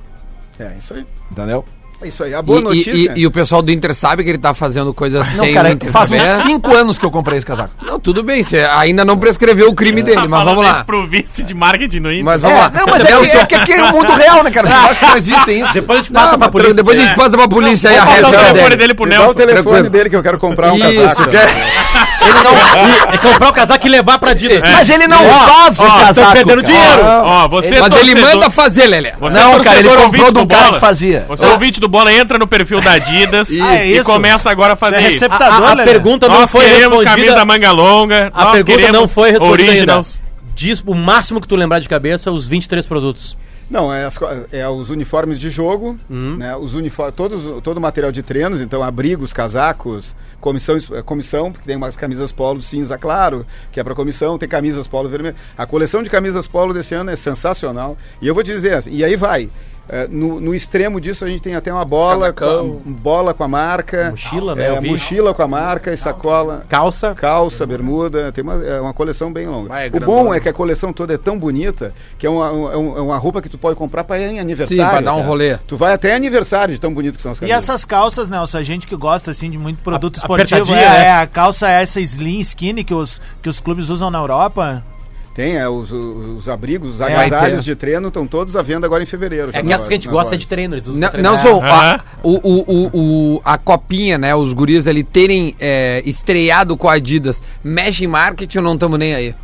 Speaker 7: É, isso aí.
Speaker 5: entendeu?
Speaker 7: É isso aí. A
Speaker 2: E-
Speaker 7: boa
Speaker 2: e,
Speaker 7: notícia.
Speaker 2: e- e o pessoal do Inter sabe que ele tá fazendo coisas
Speaker 5: Não,
Speaker 2: sem o
Speaker 5: cara,
Speaker 2: Inter
Speaker 5: faz um
Speaker 2: saber.
Speaker 5: uns 5 anos que eu comprei esse casaco.
Speaker 2: Não, tudo bem, você ainda não prescreveu o crime dele, mas vamos lá.
Speaker 6: pro vice de marketing no Inter.
Speaker 2: Mas vamos lá.
Speaker 5: Não, mas é, que- é que aqui é o mundo real, né, cara? Você acha que não existe isso?
Speaker 4: Depois a gente
Speaker 2: Não,
Speaker 4: passa pra
Speaker 2: mas
Speaker 4: polícia.
Speaker 2: depois a gente passa pra polícia aí a
Speaker 6: Vamos É. passar o
Speaker 2: réplica
Speaker 6: telefone
Speaker 2: dele.
Speaker 6: dele pro
Speaker 7: Me dá o
Speaker 6: Nelson.
Speaker 7: telefone
Speaker 2: tranquilo.
Speaker 7: dele que eu quero comprar um
Speaker 2: Isso,
Speaker 7: casaco.
Speaker 2: quer...
Speaker 4: Ele não é comprar o casaco e levar pra Adidas.
Speaker 5: Mas ele não faz o casaco.
Speaker 4: estão perdendo
Speaker 5: cara.
Speaker 4: dinheiro.
Speaker 6: Ó, você é
Speaker 2: Mas ele manda fazer, Lelê.
Speaker 6: Você
Speaker 5: Não,
Speaker 6: é
Speaker 5: cara, ele
Speaker 6: torcedor
Speaker 5: comprou
Speaker 6: ouvinte
Speaker 5: de um
Speaker 6: do
Speaker 5: cara que
Speaker 6: Bola.
Speaker 5: fazia.
Speaker 6: Você é ouvinte do Bola, entra no perfil da Adidas e,
Speaker 8: Ah, é
Speaker 6: e
Speaker 8: isso.
Speaker 6: começa agora a fazer
Speaker 8: É
Speaker 6: isso.
Speaker 8: recep-
Speaker 4: A, a- a
Speaker 8: Lelê.
Speaker 4: pergunta não
Speaker 6: Nós
Speaker 4: foi
Speaker 6: queremos camisa
Speaker 4: respondida.
Speaker 6: manga longa.
Speaker 4: A
Speaker 6: nós
Speaker 4: pergunta não
Speaker 6: queremos
Speaker 4: foi respondida ainda.
Speaker 6: originals.
Speaker 4: Diz o máximo que tu lembrar de cabeça os 23 produtos.
Speaker 7: Não, é, as co- é os uniformes de jogo,
Speaker 4: Hum.
Speaker 7: né? Os uniformes, todos, todo o material de treinos, então abrigos, casacos, comissão, es- eh, comissão, porque tem umas camisas polo cinza claro, que é para comissão, tem camisas polo vermelho. A coleção de camisas polo desse ano é sensacional. E eu vou te dizer, assim, e aí vai. eh, no, no extremo disso a gente tem até uma bola, com a,
Speaker 2: casacão.
Speaker 7: bola com a marca,
Speaker 4: Mochila, né?
Speaker 7: eh,
Speaker 4: Eu vi.
Speaker 7: mochila com a marca e sacola.
Speaker 4: Calça.
Speaker 7: Calça, bermuda, tem uma, é uma coleção bem longa.
Speaker 2: Vai, é
Speaker 7: o
Speaker 2: grandona.
Speaker 7: bom é que a coleção toda é tão bonita que é uma, um- é um- é uma roupa que tu pode comprar para em aniversário.
Speaker 2: Sim, pra dar um
Speaker 7: cara.
Speaker 2: rolê.
Speaker 7: Tu vai até aniversário de tão bonito que são as
Speaker 8: E
Speaker 7: camisas.
Speaker 8: essas calças, Nelson, a gente que gosta assim de muito produto
Speaker 4: A-
Speaker 8: esportivo, é,
Speaker 4: apertadinha, né?
Speaker 8: é, a calça é essa slim skinny que os, que os clubes usam na Europa.
Speaker 7: Tem é, os, os abrigos, os
Speaker 2: vai
Speaker 7: agasalhos
Speaker 2: ter. né?
Speaker 7: de treino estão todos à venda agora em fevereiro. já
Speaker 4: É que
Speaker 7: na-
Speaker 4: essa que a gente
Speaker 7: nas
Speaker 4: gosta
Speaker 7: lojas.
Speaker 4: de treino. Eles usam
Speaker 2: N-
Speaker 4: pra treinar.
Speaker 2: Nelson,
Speaker 6: Aham.
Speaker 2: a, o, o, o, o- a copinha, né? Os guris ali terem é, estreado com a Adidas. Mexe em marketing ou não estamos nem aí?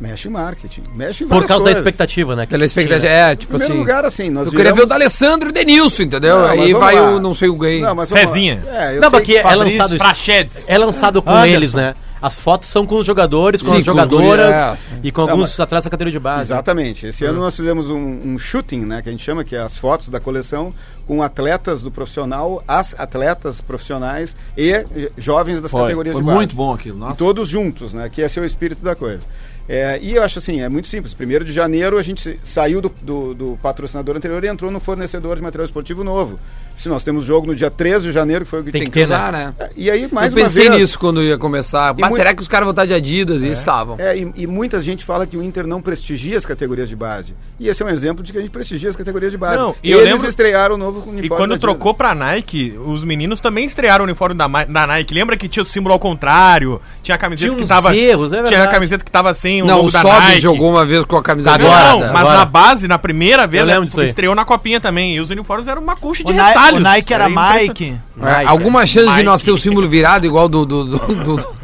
Speaker 7: Mexe em marketing. Mexe em
Speaker 4: Por
Speaker 7: várias
Speaker 4: causa da
Speaker 7: coisas.
Speaker 4: expectativa, né? que
Speaker 2: Pela
Speaker 4: a gente tinha.
Speaker 2: expectativa. É,
Speaker 7: Em
Speaker 2: tipo
Speaker 7: primeiro
Speaker 2: assim.
Speaker 7: lugar, assim, nós
Speaker 2: eu queria ver o
Speaker 7: viramos-
Speaker 2: do Alessandro e Denilson, entendeu?
Speaker 7: Não, mas
Speaker 2: aí
Speaker 7: vamos
Speaker 2: vai
Speaker 7: lá.
Speaker 2: o não sei o ganho.
Speaker 7: Não, mas vamos lá.
Speaker 6: Cezinha.
Speaker 7: É, eu
Speaker 4: Não,
Speaker 7: sei
Speaker 4: porque é
Speaker 6: Fabrício
Speaker 4: lançado isso.
Speaker 6: Prachedes.
Speaker 4: É lançado com
Speaker 8: Anderson.
Speaker 4: eles, né? As fotos são com os jogadores, com
Speaker 2: Sim,
Speaker 4: as
Speaker 2: com os guris,
Speaker 4: jogadoras
Speaker 2: é.
Speaker 4: e com
Speaker 7: Não,
Speaker 4: alguns
Speaker 7: mas-
Speaker 4: atletas da categoria de base. Hum.
Speaker 7: Exatamente. Esse ano nós fizemos um, um shooting, né, que a gente chama, que é as fotos da coleção, com atletas do profissional, as atletas profissionais e eh, jovens das categorias
Speaker 5: foi
Speaker 7: de base.
Speaker 5: muito bom aquilo,
Speaker 7: E
Speaker 5: nossa.
Speaker 7: todos juntos, né? Que esse é o espírito da coisa. É, e eu acho assim, é muito simples. Primeiro de janeiro a gente se- saiu do, do- do patrocinador anterior e entrou no fornecedor de material esportivo novo. Se nós temos jogo no dia 13 de janeiro, que foi o que
Speaker 4: Tem
Speaker 2: Tem
Speaker 4: que
Speaker 2: que usar, né?
Speaker 7: E aí, mais
Speaker 2: eu
Speaker 7: uma
Speaker 2: pensei
Speaker 7: vez.
Speaker 2: nisso quando ia começar. Mas
Speaker 7: muito-
Speaker 2: será que os caras vão estar de Adidas? E eles estavam.
Speaker 7: É, e, e muita gente fala que o Inter não prestigia as categorias de base. E esse é um exemplo de que a gente prestigia as categorias de base.
Speaker 6: Não, e
Speaker 7: e
Speaker 6: eu
Speaker 7: eles
Speaker 6: lembro-
Speaker 7: estrearam o novo uniforme.
Speaker 6: E quando
Speaker 7: da Adidas.
Speaker 6: trocou pra Nike, os meninos também estrearam o uniforme da, Ma- da Nike. Lembra que tinha o símbolo ao contrário? Tinha a camiseta
Speaker 4: Tinha
Speaker 6: que
Speaker 4: uns
Speaker 6: tava.
Speaker 4: erros, é
Speaker 6: tinha a
Speaker 4: verdade.
Speaker 6: camiseta que tava sem o
Speaker 2: Não,
Speaker 6: logo
Speaker 2: o
Speaker 6: um da
Speaker 2: Sobe
Speaker 6: Nike. Tá,
Speaker 2: jogou uma vez com a camisa
Speaker 6: Não,
Speaker 4: Agora,
Speaker 6: mas
Speaker 4: agora.
Speaker 6: na base, na primeira vez,
Speaker 4: Eu
Speaker 6: né,
Speaker 4: lembro disso aí.
Speaker 6: estreou na copinha também. E os uniformes eram uma coxa de
Speaker 8: O, Ni-
Speaker 6: retalhos.
Speaker 8: o Nike era
Speaker 6: impressionante.
Speaker 8: Mike.
Speaker 2: É,
Speaker 4: Nike.
Speaker 2: alguma chance de nós ter o símbolo virado igual do. do, do, do, do-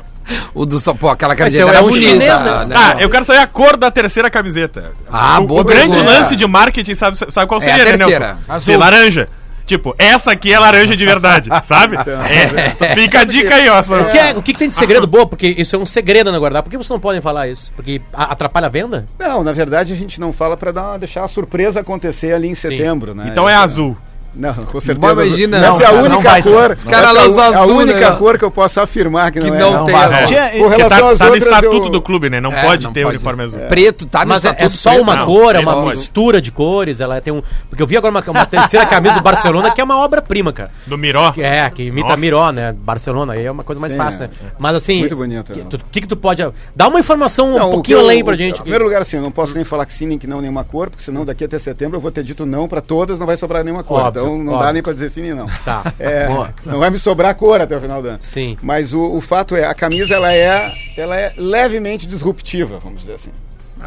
Speaker 2: o do só, pô, aquela camiseta
Speaker 4: é
Speaker 2: era
Speaker 4: o
Speaker 2: bonita.
Speaker 4: chinês, né?
Speaker 2: né?
Speaker 6: Tá, eu quero saber a cor da terceira camiseta.
Speaker 2: Ah,
Speaker 6: o,
Speaker 2: boa
Speaker 6: o grande
Speaker 2: pergunta.
Speaker 6: lance de marketing, sabe, sabe qual
Speaker 2: É a
Speaker 6: seria, né,
Speaker 2: terceira.
Speaker 6: Nelson? Ser laranja. Tipo, essa aqui é laranja de verdade, sabe? É, Fica a dica aí, ó. só-
Speaker 4: O que, é- o que que tem de segredo? Boa, porque isso é um segredo na guardar. Por que vocês não podem falar isso? Porque a- atrapalha a venda?
Speaker 7: Não, na verdade a gente não fala para dar, deixar a surpresa acontecer ali em setembro, né?
Speaker 6: Então é azul.
Speaker 7: Não, com certeza.
Speaker 2: Mas imagina-
Speaker 7: Essa é a
Speaker 5: Não, cara, não
Speaker 7: única
Speaker 5: vai ser.
Speaker 7: cor.
Speaker 2: caras
Speaker 7: essa é
Speaker 2: lançam
Speaker 7: a, a
Speaker 2: azul,
Speaker 7: única
Speaker 2: né?
Speaker 7: cor que eu posso afirmar que não,
Speaker 2: Que
Speaker 7: é.
Speaker 2: não tem
Speaker 5: vai,
Speaker 2: azul.
Speaker 5: não.
Speaker 8: Tinha-
Speaker 7: Com
Speaker 6: Porque
Speaker 7: relação
Speaker 6: tá,
Speaker 7: às
Speaker 6: tá no
Speaker 7: outras,
Speaker 6: estatuto
Speaker 7: eu-
Speaker 6: do clube, né? Não
Speaker 2: É,
Speaker 6: pode
Speaker 2: não
Speaker 6: ter
Speaker 2: pode.
Speaker 6: uniforme azul.
Speaker 2: Preto, tá no
Speaker 4: Mas é, é
Speaker 2: estatuto
Speaker 4: só
Speaker 2: preto,
Speaker 4: uma
Speaker 2: não.
Speaker 4: cor, é
Speaker 6: Não
Speaker 4: uma
Speaker 6: pode.
Speaker 4: mistura de cores. Ela tem um. Porque eu vi agora uma, uma terceira camisa do Barcelona que é uma obra-prima, cara.
Speaker 6: Do Miró.
Speaker 4: Que É, que imita
Speaker 6: Nossa.
Speaker 4: Miró, né? Barcelona, aí é uma coisa mais
Speaker 7: Sim,
Speaker 4: fácil,
Speaker 7: é.
Speaker 4: né? Mas assim.
Speaker 7: Muito bonito,
Speaker 4: que-
Speaker 7: né?
Speaker 4: tu- O que, que tu pode. Dá uma
Speaker 7: Não,
Speaker 4: informação um
Speaker 7: o
Speaker 4: pouquinho
Speaker 7: que eu-
Speaker 4: além pra
Speaker 7: o-
Speaker 4: gente.
Speaker 7: Em primeiro lugar, assim, eu não posso nem falar que sim, nem que não, nenhuma cor, porque senão daqui até setembro eu vou ter dito não para todas, não vai sobrar nenhuma cor.
Speaker 4: Óbvio,
Speaker 7: então não
Speaker 4: óbvio.
Speaker 7: dá nem para dizer sim nem não.
Speaker 4: Tá.
Speaker 7: É, não vai me sobrar cor até o final do ano.
Speaker 4: Sim.
Speaker 7: Mas o, o fato é, a camisa ela é, ela é levemente disruptiva, vamos dizer assim.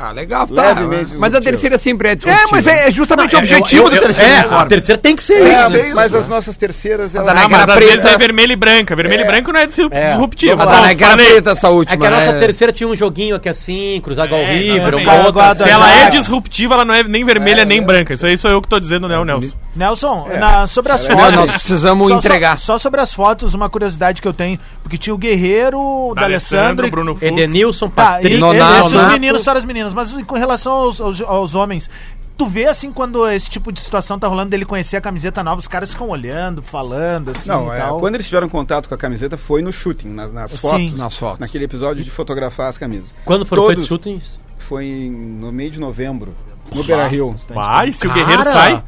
Speaker 2: Ah, legal, tá.
Speaker 7: Levemente
Speaker 2: Mas a
Speaker 7: disruptiva.
Speaker 2: terceira sempre é
Speaker 5: É, mas é, é justamente o objetivo
Speaker 4: eu,
Speaker 5: do
Speaker 4: eu,
Speaker 5: terceiro
Speaker 4: É, a
Speaker 5: uniforme.
Speaker 4: terceira tem que ser
Speaker 5: Tem
Speaker 4: isso.
Speaker 5: que
Speaker 7: É,
Speaker 5: ser isso,
Speaker 7: mas
Speaker 5: né?
Speaker 7: as nossas terceiras, elas...
Speaker 2: da
Speaker 6: Ah, mas
Speaker 2: Aquela
Speaker 6: às vezes
Speaker 2: preta.
Speaker 6: é vermelho e branca. Vermelho e branco não é disru-
Speaker 4: É.
Speaker 6: disruptivo.
Speaker 2: A
Speaker 6: Bom,
Speaker 2: da Nike era
Speaker 6: falei.
Speaker 2: preta essa última.
Speaker 4: É que a nossa
Speaker 2: né?
Speaker 4: terceira tinha um joguinho aqui assim, cruzado ao
Speaker 6: É,
Speaker 4: River,
Speaker 6: exatamente.
Speaker 4: uma outra.
Speaker 8: Guarda-
Speaker 6: Se ela é
Speaker 8: Exato.
Speaker 6: disruptiva, ela não é nem vermelha nem branca. Isso aí sou eu que tô dizendo, né, o Nelson?
Speaker 8: Nelson,
Speaker 2: É.
Speaker 8: na- sobre as
Speaker 2: Não,
Speaker 8: fotos.
Speaker 2: nós precisamos
Speaker 8: só,
Speaker 2: entregar.
Speaker 8: Só, só sobre as fotos, uma curiosidade que eu tenho, porque tinha o Guerreiro, o D'Alessandro. e-
Speaker 6: Bruno Fux.
Speaker 4: Edenilson,
Speaker 8: Tá, e,
Speaker 4: Patrick,
Speaker 8: e,
Speaker 2: Nonato.
Speaker 8: esses meninos só as meninas, mas com relação aos, aos, aos homens. Tu vê assim quando esse tipo de situação tá rolando dele conhecer a camiseta nova, os caras ficam olhando, falando, assim
Speaker 7: Não,
Speaker 8: e
Speaker 7: é,
Speaker 8: tal.
Speaker 7: quando eles tiveram contato com a camiseta foi no shooting, nas, nas
Speaker 8: Sim.
Speaker 7: fotos.
Speaker 2: Nas fotos.
Speaker 7: Naquele episódio de fotografar as camisas.
Speaker 4: Quando foram
Speaker 7: Todos-
Speaker 4: feitos shootings?
Speaker 7: Foi em- no meio de novembro, no Beira Rio.
Speaker 6: Vai, se o
Speaker 4: Cara!
Speaker 6: guerreiro sai.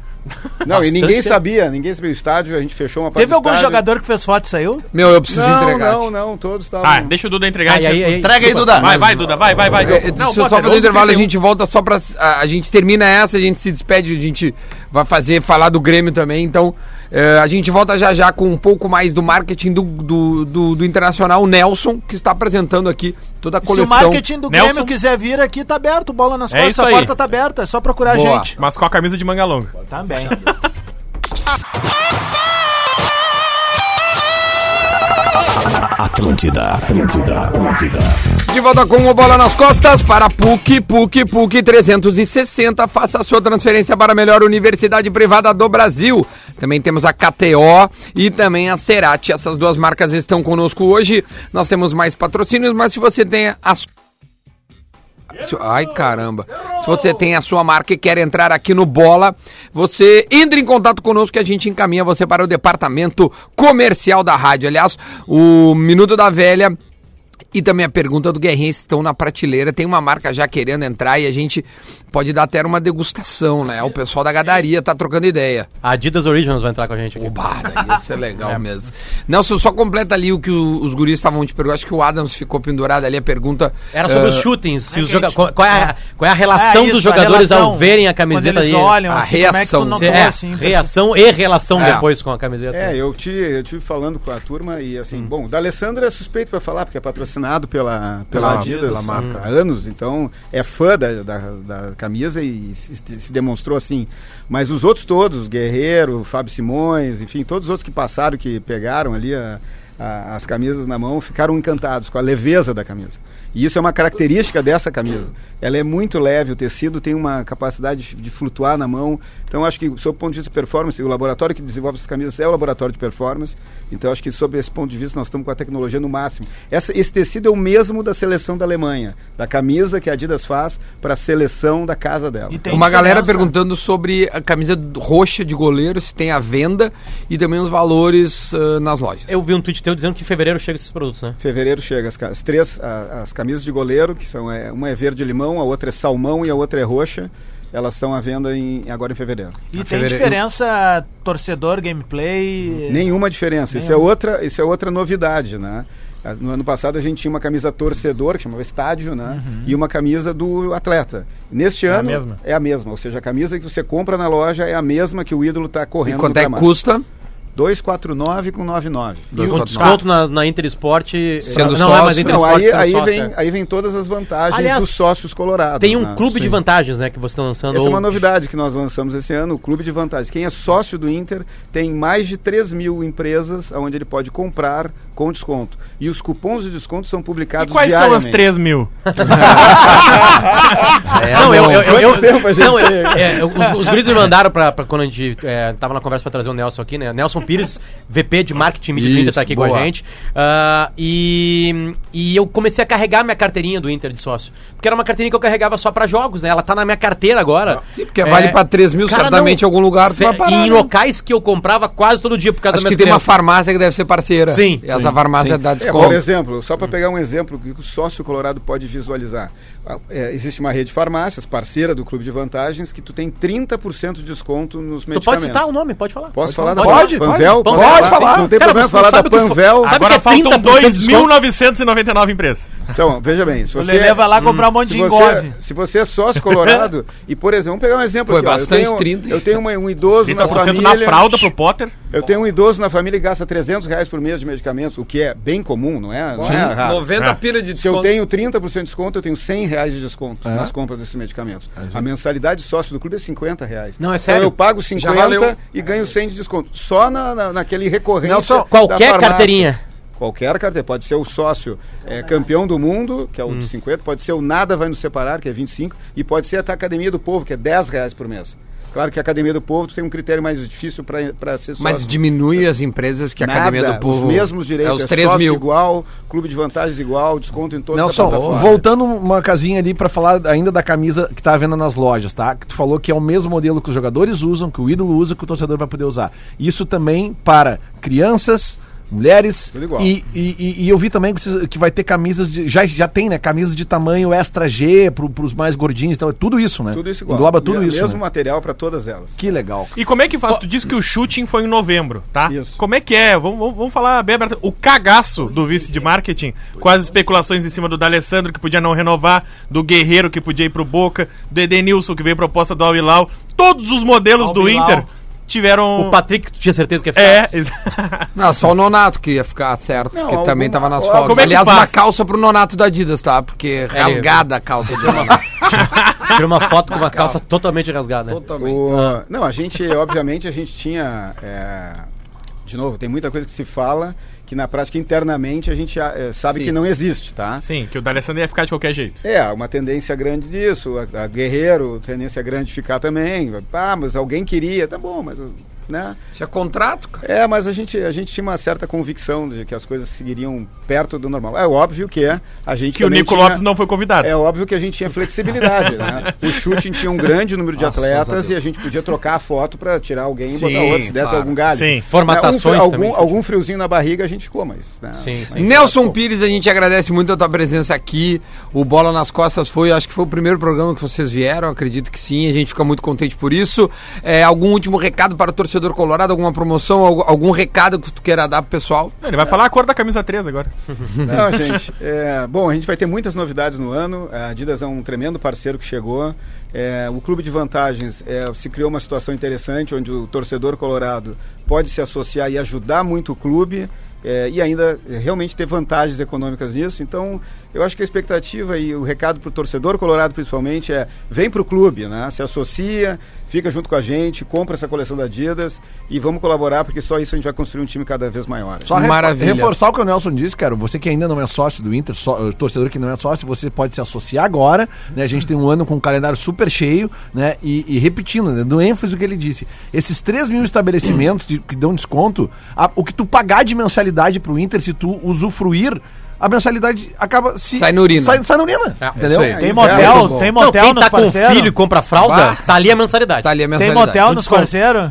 Speaker 7: Não, e
Speaker 4: Bastante
Speaker 7: ninguém
Speaker 4: tempo.
Speaker 7: sabia, ninguém sabia o estádio, a gente fechou uma parte
Speaker 8: Teve
Speaker 7: do
Speaker 8: algum
Speaker 7: estádio.
Speaker 8: jogador que fez foto e saiu?
Speaker 2: Meu, eu preciso
Speaker 7: Não,
Speaker 2: entregar.
Speaker 7: não, não, todos tá estavam...
Speaker 6: Ah, deixa o Duda entregar.
Speaker 4: Ai,
Speaker 6: a gente
Speaker 4: ai, ai.
Speaker 6: responde.
Speaker 5: Entrega aí, Duda.
Speaker 6: Vai, vai, Duda, vai, vai, vai.
Speaker 2: É, é,
Speaker 6: Não, um
Speaker 2: se eu só
Speaker 6: bota,
Speaker 2: fazer o
Speaker 6: 11,
Speaker 2: intervalo, a
Speaker 6: 31.
Speaker 2: gente volta só pra. A, a gente termina essa, a gente se despede, a gente vai fazer, falar do Grêmio também. Então, eh, a gente volta já já com um pouco mais do marketing do, do, do, do Internacional, o Nelson, que está apresentando aqui toda a tá coleção.
Speaker 8: Se o marketing do
Speaker 6: Nelson-
Speaker 8: Grêmio quiser vir aqui, tá aberto, bola nas
Speaker 6: É
Speaker 8: costas,
Speaker 6: isso
Speaker 8: a
Speaker 6: aí.
Speaker 8: porta tá aberta, é só procurar
Speaker 2: Boa.
Speaker 8: a gente. Tá
Speaker 6: Mas com a camisa de manga longa.
Speaker 8: Também.
Speaker 3: Atlântida, Atlântida, Atlântida.
Speaker 2: De volta com o Bola nas Costas para PUC, PUC, PUC 360. Faça a sua transferência para a melhor universidade privada do Brasil. Também temos a KTO e também a Cerati. Essas duas marcas estão conosco hoje. Nós temos mais patrocínios, mas se você tem a su- se- Ai, caramba. Se você tem a sua marca e quer entrar aqui no Bola, você entre em contato conosco que a gente encaminha você para o departamento comercial da rádio. Aliás, o Minuto da Velha e também a pergunta do Guerrinha estão na prateleira. Tem uma marca já querendo entrar e a gente pode dar até uma degustação, né? O pessoal da gadaria tá trocando ideia.
Speaker 4: A Adidas Originals vai entrar com a gente aqui.
Speaker 2: Oba, daí ia ser legal
Speaker 4: É.
Speaker 2: mesmo. Nelson, só completa ali o que o- os guris estavam te perguntando. Acho que o Adams ficou pendurado ali a pergunta.
Speaker 4: Era sobre
Speaker 2: eh,
Speaker 4: os shootings, se os joga- qual, qual é a, qual é a relação
Speaker 8: É isso,
Speaker 4: dos
Speaker 8: a
Speaker 4: jogadores
Speaker 8: relação,
Speaker 4: ao verem a camiseta Ah.
Speaker 8: quando eles
Speaker 4: aí.
Speaker 8: olham,
Speaker 2: a
Speaker 8: assim, como é que tu
Speaker 2: reação.
Speaker 8: não
Speaker 4: Cê-
Speaker 8: tomou,
Speaker 4: é,
Speaker 8: assim,
Speaker 4: reação e relação
Speaker 2: É.
Speaker 4: depois com a camiseta.
Speaker 7: É, eu tive, eu tive falando com a turma e assim, bom, da Alessandra é suspeito para falar, porque é patrocinado pela, pela,
Speaker 2: Pela-
Speaker 7: Adidas
Speaker 2: pela marca.
Speaker 7: marca. há anos, então é fã da, da, da camisa e se, se demonstrou assim. Mas os outros todos, Guerreiro, Fábio Simões, enfim, todos os outros que passaram, que pegaram ali a, a a- as camisas na mão, ficaram encantados com a leveza da camisa. E isso é uma característica dessa camisa. Ela é muito leve, o tecido tem uma capacidade de- de flutuar na mão. Então, acho que, sob o ponto de vista de performance, o laboratório que desenvolve essas camisas é o laboratório de performance. Então, acho que, sob esse ponto de vista, nós estamos com a tecnologia no máximo. Essa- esse tecido é o mesmo da seleção da Alemanha, da camisa que a Adidas faz para a seleção da casa dela.
Speaker 8: E tem
Speaker 2: Uma galera
Speaker 8: diferença-
Speaker 2: perguntando sobre a camisa roxa de goleiro, se tem à venda e também os valores ah, nas lojas.
Speaker 4: Eu vi um tweet teu dizendo que em fevereiro chega esses produtos, né?
Speaker 7: Fevereiro chega as, ca- as três, a- as camisas de goleiro, que são é, uma é verde limão, a outra é salmão e a outra é roxa. Elas estão à venda em- agora em fevereiro.
Speaker 8: E tem
Speaker 2: fevereiro-
Speaker 8: diferença torcedor, gameplay.
Speaker 7: Nenhuma diferença. Isso é
Speaker 8: Nenhuma.
Speaker 7: outra, isso é outra novidade, né? Ah, No ano passado a gente tinha uma camisa torcedor, que chamava estádio, né? E uma camisa do atleta. Neste ano
Speaker 6: mesma?
Speaker 7: é a mesma, ou seja, a camisa que você compra na loja é a mesma que o ídolo está
Speaker 2: E
Speaker 7: correndo
Speaker 2: quanto é que
Speaker 7: gramado.
Speaker 2: custa?
Speaker 7: 249 com 99.
Speaker 4: E um
Speaker 2: 249.
Speaker 4: desconto na, na Interesport. eh,
Speaker 2: Sendo
Speaker 4: não, é mais
Speaker 2: sócio.
Speaker 7: Não,
Speaker 4: Interesport,
Speaker 7: aí,
Speaker 4: sendo
Speaker 7: aí,
Speaker 4: sócio,
Speaker 7: vem,
Speaker 4: é.
Speaker 7: aí vem todas as vantagens
Speaker 4: Aliás,
Speaker 7: dos sócios colorados.
Speaker 4: Tem um
Speaker 7: né?
Speaker 4: clube de
Speaker 7: Sim.
Speaker 4: vantagens, né? Que você tá lançando.
Speaker 7: Essa é
Speaker 4: ou-
Speaker 7: uma novidade que nós lançamos esse ano, o Clube de Vantagens. Quem é sócio do Inter tem mais de 3 mil empresas onde ele pode comprar com desconto. E os cupons de desconto são
Speaker 6: E
Speaker 7: publicados
Speaker 6: quais são as
Speaker 7: diariamente.
Speaker 6: 3 mil?
Speaker 2: É,
Speaker 4: não, eu. eu, eu, eu-
Speaker 7: É, tempo a gente
Speaker 4: não, eu- é, eu- os, os guris me mandaram pra, pra quando a gente é, tava na conversa pra trazer o Nelson aqui, né? Nelson Pires, VP de marketing Media do Inter, tá aqui com
Speaker 2: boa.
Speaker 4: a gente. Ah, e, e eu comecei a carregar minha carteirinha do Inter de sócio. Porque era uma carteirinha que eu carregava só pra jogos, né? Ela tá na minha carteira agora. É,
Speaker 2: Sim, porque vale pra 3 mil, certamente, em algum lugar tu
Speaker 4: cê,
Speaker 2: vai parar,
Speaker 4: E em
Speaker 2: né?
Speaker 4: locais que eu comprava quase todo dia por causa
Speaker 2: Acho
Speaker 4: da
Speaker 2: que tem uma farmácia que deve ser parceira.
Speaker 4: Sim,
Speaker 2: E essa farmácia dá
Speaker 7: É, por
Speaker 2: desconto.
Speaker 7: exemplo, só para pegar um exemplo que o sócio colorado pode visualizar. Ah, é, existe uma rede de farmácias, parceira do Clube de Vantagens, que tu tem 30% de desconto nos
Speaker 4: Tu
Speaker 7: medicamentos.
Speaker 4: pode citar o nome, pode falar.
Speaker 7: Posso falar da Pode,
Speaker 4: pode,
Speaker 7: Panvel?
Speaker 4: Pode,
Speaker 7: Posso
Speaker 4: pode falar.
Speaker 7: Não tem
Speaker 4: Cara,
Speaker 7: problema
Speaker 4: você
Speaker 7: falar da
Speaker 4: sabe o que foi-
Speaker 7: Panvel.
Speaker 4: sabe-
Speaker 6: Agora
Speaker 4: que é 30%
Speaker 6: faltam
Speaker 4: de desconto?
Speaker 6: 2.999 empresas.
Speaker 7: Então, veja bem, se
Speaker 8: O
Speaker 7: você... Hum.
Speaker 8: Lelê vai lá comprar um monte
Speaker 7: Se
Speaker 8: de
Speaker 7: você,
Speaker 8: engove.
Speaker 7: se você é sócio colorado, e por exemplo, vamos pegar um exemplo
Speaker 2: Pô, é
Speaker 7: ó.
Speaker 2: bastante,
Speaker 7: eu tenho,
Speaker 2: 30.
Speaker 7: Eu tenho uma- um idoso na
Speaker 6: 30%
Speaker 7: família.
Speaker 6: na fralda pro Potter.
Speaker 7: Eu tenho um idoso na família que gasta 300 reais por mês de medicamentos, o que é bem comum, não é? Não é raro.
Speaker 2: 90
Speaker 6: É.
Speaker 2: pila de
Speaker 7: Se eu tenho 30% de desconto, eu tenho 100 reais de desconto nas compras desses medicamentos. A mensalidade sócio do clube é 50 reais.
Speaker 4: Não, é
Speaker 7: Então
Speaker 4: sério.
Speaker 7: eu pago
Speaker 2: valeu.
Speaker 7: 50 e ganho 100 de desconto. Só na, na, naquele recorrente.
Speaker 2: Nelson,
Speaker 7: da
Speaker 4: Qualquer
Speaker 7: farmácia.
Speaker 4: carteirinha.
Speaker 7: Qualquer carteira. Pode ser o sócio é, campeão do mundo, que é o
Speaker 2: Hum.
Speaker 7: de 50, pode ser o Nada Vai Nos Separar, que é 25, e pode ser até a Academia do Povo, que é 10 reais por mês. Claro que a Academia do Povo tem um critério mais difícil para ser sócio.
Speaker 2: Mas diminui as empresas que a
Speaker 7: Nada,
Speaker 2: Academia do Povo...
Speaker 7: Os mesmos direitos,
Speaker 2: É os 3
Speaker 7: sócio
Speaker 2: mil.
Speaker 7: igual, clube de vantagens igual, desconto em toda
Speaker 5: Nelson,
Speaker 7: plataforma.
Speaker 5: voltando uma casinha ali pra falar ainda da camisa que tá à venda nas lojas, tá? Que tu falou que é o mesmo modelo que os jogadores usam, que o ídolo usa, que o torcedor vai poder usar. Isso também para crianças, mulheres
Speaker 7: Tudo igual.
Speaker 5: E, e, e- e eu vi também que vocês- que vai ter camisas de já já tem, né? Camisas de tamanho extra G pro, pros mais gordinhos, então é tudo isso, né?
Speaker 7: Tudo isso igual. é
Speaker 5: Engloba tudo
Speaker 7: Me-
Speaker 5: isso.
Speaker 7: Mesmo
Speaker 5: né?
Speaker 7: material para todas elas.
Speaker 5: Que legal.
Speaker 6: E como é que faz? Tu disse que o shooting foi em novembro, tá?
Speaker 7: Isso.
Speaker 6: Como é que é? Vamos, vamos, vamos falar bem aberto. O cagaço do vice de marketing, com as especulações em cima do D'Alessandro, que podia não renovar, do Guerreiro, que podia ir pro Boca, do Edenilson, que veio proposta do Al-Hilal. Todos os modelos do
Speaker 8: Al-Hilal.
Speaker 6: Inter tiveram...
Speaker 4: O Patrick, tu tinha certeza que ia ficar?
Speaker 6: É, ex-
Speaker 2: Não, só o Nonato que ia ficar certo, porque
Speaker 7: alguma-
Speaker 2: também tava nas
Speaker 7: ó,
Speaker 2: fotos.
Speaker 6: como é que
Speaker 2: Aliás,
Speaker 6: faz?
Speaker 2: uma calça pro Nonato da Adidas, tá? Porque rasgada a calça do Nonato.
Speaker 4: Tirou É uma foto com uma calça totalmente rasgada.
Speaker 2: Totalmente.
Speaker 7: O- Não, a gente, obviamente, a gente tinha. é, De novo, tem muita coisa que se fala que na prática internamente a gente é, sabe
Speaker 2: Sim.
Speaker 7: que não existe, tá?
Speaker 6: Sim, que o D'Alessandro ia ficar de qualquer jeito.
Speaker 7: É, uma tendência grande disso. A, a Guerreiro, tendência grande de ficar também. Ah, mas alguém queria, tá bom, mas. Né?
Speaker 2: Tinha contrato, cara.
Speaker 7: É, mas a gente, a gente tinha uma certa convicção de que as coisas seguiriam perto do normal. É óbvio que é. A gente
Speaker 6: Que o
Speaker 7: também
Speaker 6: Nico
Speaker 7: tinha-
Speaker 6: Lopes não foi convidado.
Speaker 7: É óbvio que a gente tinha flexibilidade, né? O shooting tinha um grande número de atletas e a gente podia trocar a foto pra tirar alguém e botar outro, se desse
Speaker 2: claro.
Speaker 7: algum galho.
Speaker 6: Sim.
Speaker 4: Formatações
Speaker 7: Né, um, fri-
Speaker 4: também,
Speaker 7: algum, algum friozinho na barriga a gente ficou, mas... né,
Speaker 4: Sim, sim.
Speaker 7: mas-
Speaker 2: Nelson Pires, a gente agradece muito a tua presença aqui. O Bola nas Costas foi, acho que foi o primeiro programa que vocês vieram, acredito que sim. A gente fica muito contente por isso. É, algum último recado para o torcedor colorado, alguma promoção, algu- algum recado que tu queira dar pro pessoal?
Speaker 6: Não, Ele vai falar a cor da camisa 3 agora.
Speaker 7: Não, gente. é, bom, a gente vai ter muitas novidades no ano. A Adidas é um tremendo parceiro que chegou. É, o Clube de Vantagens é, se criou uma situação interessante onde o torcedor colorado pode se associar e ajudar muito o clube. eh, e ainda eh, realmente ter vantagens econômicas nisso. Então, eu acho que a expectativa e o recado para o torcedor colorado, principalmente, é vem para o clube, né? se associa, fica junto com a gente, compra essa coleção da Adidas e vamos colaborar, porque só isso a gente vai construir um time cada vez maior.
Speaker 5: Só refor-
Speaker 2: Maravilha.
Speaker 5: reforçar o que o Nelson disse, cara. Você que ainda não é sócio do Inter, só, eh, torcedor que não é sócio, você pode se associar agora. Né? A gente tem um ano com um calendário super cheio, né? E, e repetindo, né? do ênfase o que ele disse. Esses 3 mil estabelecimentos de- que dão desconto, a- o que tu pagar de mensalidade pro Inter, se tu usufruir, a mensalidade acaba se.
Speaker 2: Sai na urina.
Speaker 5: Sai, sai na urina.
Speaker 4: É,
Speaker 5: entendeu?
Speaker 2: isso aí.
Speaker 8: Tem
Speaker 7: Inverno é
Speaker 8: motel,
Speaker 2: bom.
Speaker 8: tem
Speaker 4: Não,
Speaker 8: motel
Speaker 4: quem
Speaker 8: nos
Speaker 4: tá com filho e
Speaker 8: parceiros?
Speaker 4: compra fralda,
Speaker 2: Bah.
Speaker 4: tá ali a mensalidade.
Speaker 2: Tá ali a
Speaker 8: Tem
Speaker 2: mensalidade.
Speaker 8: motel nos
Speaker 4: desconto.
Speaker 8: parceiros?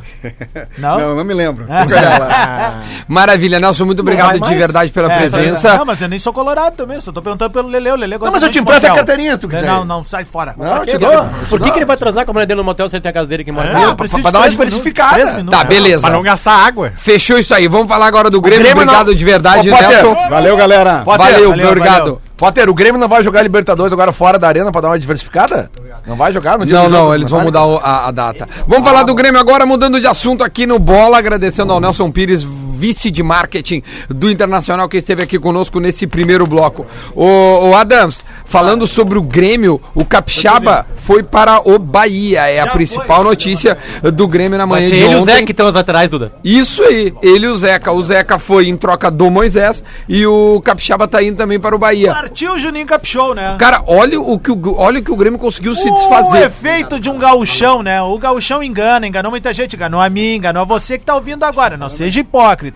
Speaker 7: Não,
Speaker 8: Não? Ah.
Speaker 7: não me lembro. Tem que olhar lá.
Speaker 2: Maravilha, Nelson, muito obrigado
Speaker 5: vai
Speaker 2: de
Speaker 5: mais?
Speaker 2: verdade pela
Speaker 8: É,
Speaker 2: presença.
Speaker 8: Não, mas eu nem sou colorado também, só tô perguntando pelo Lele. O Lele gosta
Speaker 5: Não, mas eu
Speaker 8: muito
Speaker 5: te
Speaker 8: de
Speaker 5: empresto a
Speaker 8: motel.
Speaker 5: carteirinha, se tu quiser.
Speaker 8: Não, não, sai fora.
Speaker 5: Não, eu te dou.
Speaker 4: Tá, Por que, que ele vai transar com a mulher dele no motel se ele tem a casa dele que mora
Speaker 8: É,
Speaker 4: aqui?
Speaker 8: eu preciso
Speaker 5: pra- pra
Speaker 8: de
Speaker 5: dar
Speaker 8: três
Speaker 5: uma
Speaker 8: minutos,
Speaker 5: diversificada.
Speaker 8: três minutos.
Speaker 2: Tá, beleza.
Speaker 6: Pra não gastar água.
Speaker 2: Fechou isso aí. Vamos falar agora do Grêmio.
Speaker 5: Grêmio
Speaker 2: obrigado
Speaker 5: não-
Speaker 2: de verdade,
Speaker 5: Ô, Potter,
Speaker 2: Nelson.
Speaker 7: Valeu, galera.
Speaker 5: Potter,
Speaker 2: valeu,
Speaker 8: valeu,
Speaker 2: obrigado.
Speaker 8: valeu.
Speaker 5: Potter, o Grêmio não vai jogar Libertadores agora fora da arena pra dar uma diversificada? Não vai
Speaker 4: Ah,
Speaker 5: jogar no
Speaker 2: Não,
Speaker 5: do jogo,
Speaker 2: não, eles vão
Speaker 5: vai?
Speaker 2: mudar o- a, a data. Vamos falar do Grêmio agora, mudando de assunto aqui no Bola, agradecendo ao Nelson Pires, vice de marketing do Internacional, que esteve aqui conosco nesse primeiro bloco. O, Adams, falando sobre o Grêmio, o Capixaba foi para o Bahia, é a principal notícia do Grêmio na
Speaker 4: Vai
Speaker 2: manhã
Speaker 4: ser
Speaker 2: de
Speaker 4: ele e o Zé
Speaker 2: ontem.
Speaker 4: que estão as laterais, Duda.
Speaker 2: Isso aí, ele e o Zeca. O Zeca foi em troca do Moisés e o Capixaba tá indo também para o Bahia.
Speaker 8: Partiu o Juninho Capixou, né?
Speaker 2: Cara, olha o que o, olha o, que o Grêmio conseguiu se
Speaker 8: O
Speaker 2: desfazer.
Speaker 8: efeito de um gauchão, né? O gauchão engana, enganou muita gente, enganou a mim, enganou a você que tá ouvindo agora. Não seja hipócrita.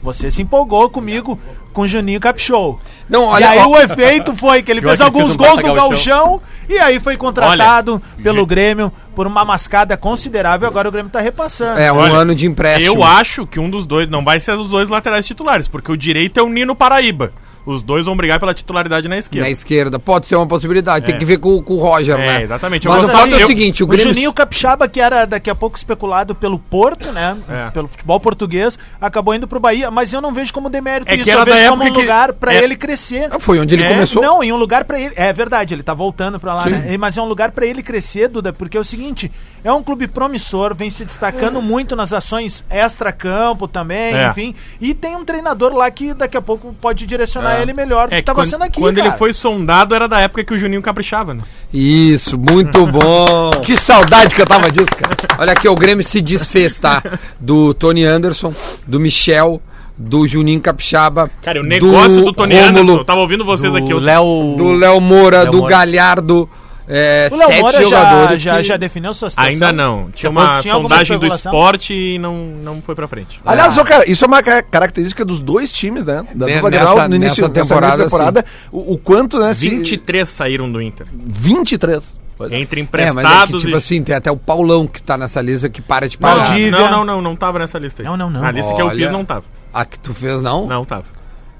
Speaker 8: Você se empolgou comigo com o Juninho Capixou.
Speaker 2: Não, olha,
Speaker 8: e aí
Speaker 2: ó.
Speaker 8: o efeito foi que ele
Speaker 4: Pior
Speaker 8: fez
Speaker 4: que ele
Speaker 8: alguns
Speaker 4: fez um
Speaker 8: gols
Speaker 4: baita
Speaker 8: no gauchão e aí foi contratado pelo Grêmio por uma mascada considerável. Agora o Grêmio tá repassando.
Speaker 2: É, um
Speaker 6: Olha,
Speaker 2: ano de empréstimo.
Speaker 6: Eu acho que um dos dois não vai ser os dois laterais titulares, porque o direito é o Nino Paraíba. Os dois vão brigar pela titularidade na esquerda.
Speaker 2: Na esquerda, pode ser uma
Speaker 4: é.
Speaker 2: possibilidade. Tem que ver com, com o Roger,
Speaker 6: É,
Speaker 2: né?
Speaker 6: exatamente. Eu
Speaker 2: Mas o
Speaker 6: gostaria-
Speaker 2: fato é o
Speaker 6: eu-
Speaker 2: seguinte:
Speaker 8: assim,
Speaker 2: o
Speaker 8: O
Speaker 2: Grêmio.
Speaker 8: Juninho Capixaba, que era daqui a pouco especulado pelo Porto, né?
Speaker 6: É.
Speaker 8: Pelo futebol português, acabou indo pro Bahia, mas eu não vejo como demérito
Speaker 6: É que
Speaker 8: eu
Speaker 6: era da
Speaker 8: vejo como um
Speaker 6: época que-
Speaker 8: lugar pra
Speaker 6: é.
Speaker 8: ele crescer.
Speaker 2: Ah, Foi onde ele
Speaker 6: É,
Speaker 2: começou.
Speaker 8: Não, em um lugar pra ele. É verdade, ele tá voltando pra lá,
Speaker 2: Sim.
Speaker 8: né? É, Mas é um lugar pra ele crescer, Duda, porque é o seguinte: é um clube promissor, vem se
Speaker 2: Hum.
Speaker 8: destacando muito nas ações extra-campo também,
Speaker 6: É.
Speaker 8: enfim. E tem um treinador lá que daqui a pouco pode direcionar
Speaker 2: É.
Speaker 8: ele melhor do
Speaker 6: É
Speaker 8: que
Speaker 6: que
Speaker 8: tava
Speaker 6: quando,
Speaker 8: sendo aqui.
Speaker 6: quando ele
Speaker 8: cara.
Speaker 6: foi sondado era da época que o Juninho caprichava, né? Hum.
Speaker 2: Isso, muito bom. que saudade que eu tava disso, cara. Olha aqui, o Grêmio se desfez, tá? Do Tony Anderson, do Michel, do Juninho Capixaba.
Speaker 6: Cara, o negócio do, Tony Anderson, eu tava ouvindo vocês aqui.
Speaker 4: O
Speaker 6: eu-
Speaker 4: Léo...
Speaker 2: do Léo Moura,
Speaker 4: Léo
Speaker 2: do
Speaker 4: Moura.
Speaker 2: Galhardo. É,
Speaker 8: O Léo
Speaker 2: sete
Speaker 8: Moura já,
Speaker 2: jogadores.
Speaker 8: já,
Speaker 2: que-
Speaker 8: já definiu sua situação.
Speaker 6: Ainda não. Tinha uma
Speaker 8: Mas tinha alguma
Speaker 6: sondagem do
Speaker 8: especulação?
Speaker 6: esporte e não, não foi pra frente.
Speaker 5: Aliás, ô, cara, isso é uma ca- característica dos dois times, né? Da
Speaker 2: Ah. Ne-
Speaker 5: dupla
Speaker 2: nessa-
Speaker 5: Grenal, no início
Speaker 2: nessa
Speaker 5: dessa
Speaker 2: temporada,
Speaker 5: o, o quanto, né?
Speaker 2: Assim,
Speaker 5: se-
Speaker 6: 23 saíram do Inter.
Speaker 5: 23. Pois é.
Speaker 6: Entre
Speaker 2: É, mas é que,
Speaker 6: emprestados
Speaker 2: tipo
Speaker 6: e...
Speaker 2: assim, tem até o Paulão que tá nessa lista que para de parar.
Speaker 8: Maldini. Valdívia.
Speaker 6: Não, não, não, não tava nessa lista aí.
Speaker 8: Não, não, não.
Speaker 6: A lista que eu
Speaker 2: Olha.
Speaker 6: fiz não tava.
Speaker 2: A que tu fez, não?
Speaker 6: Não tava.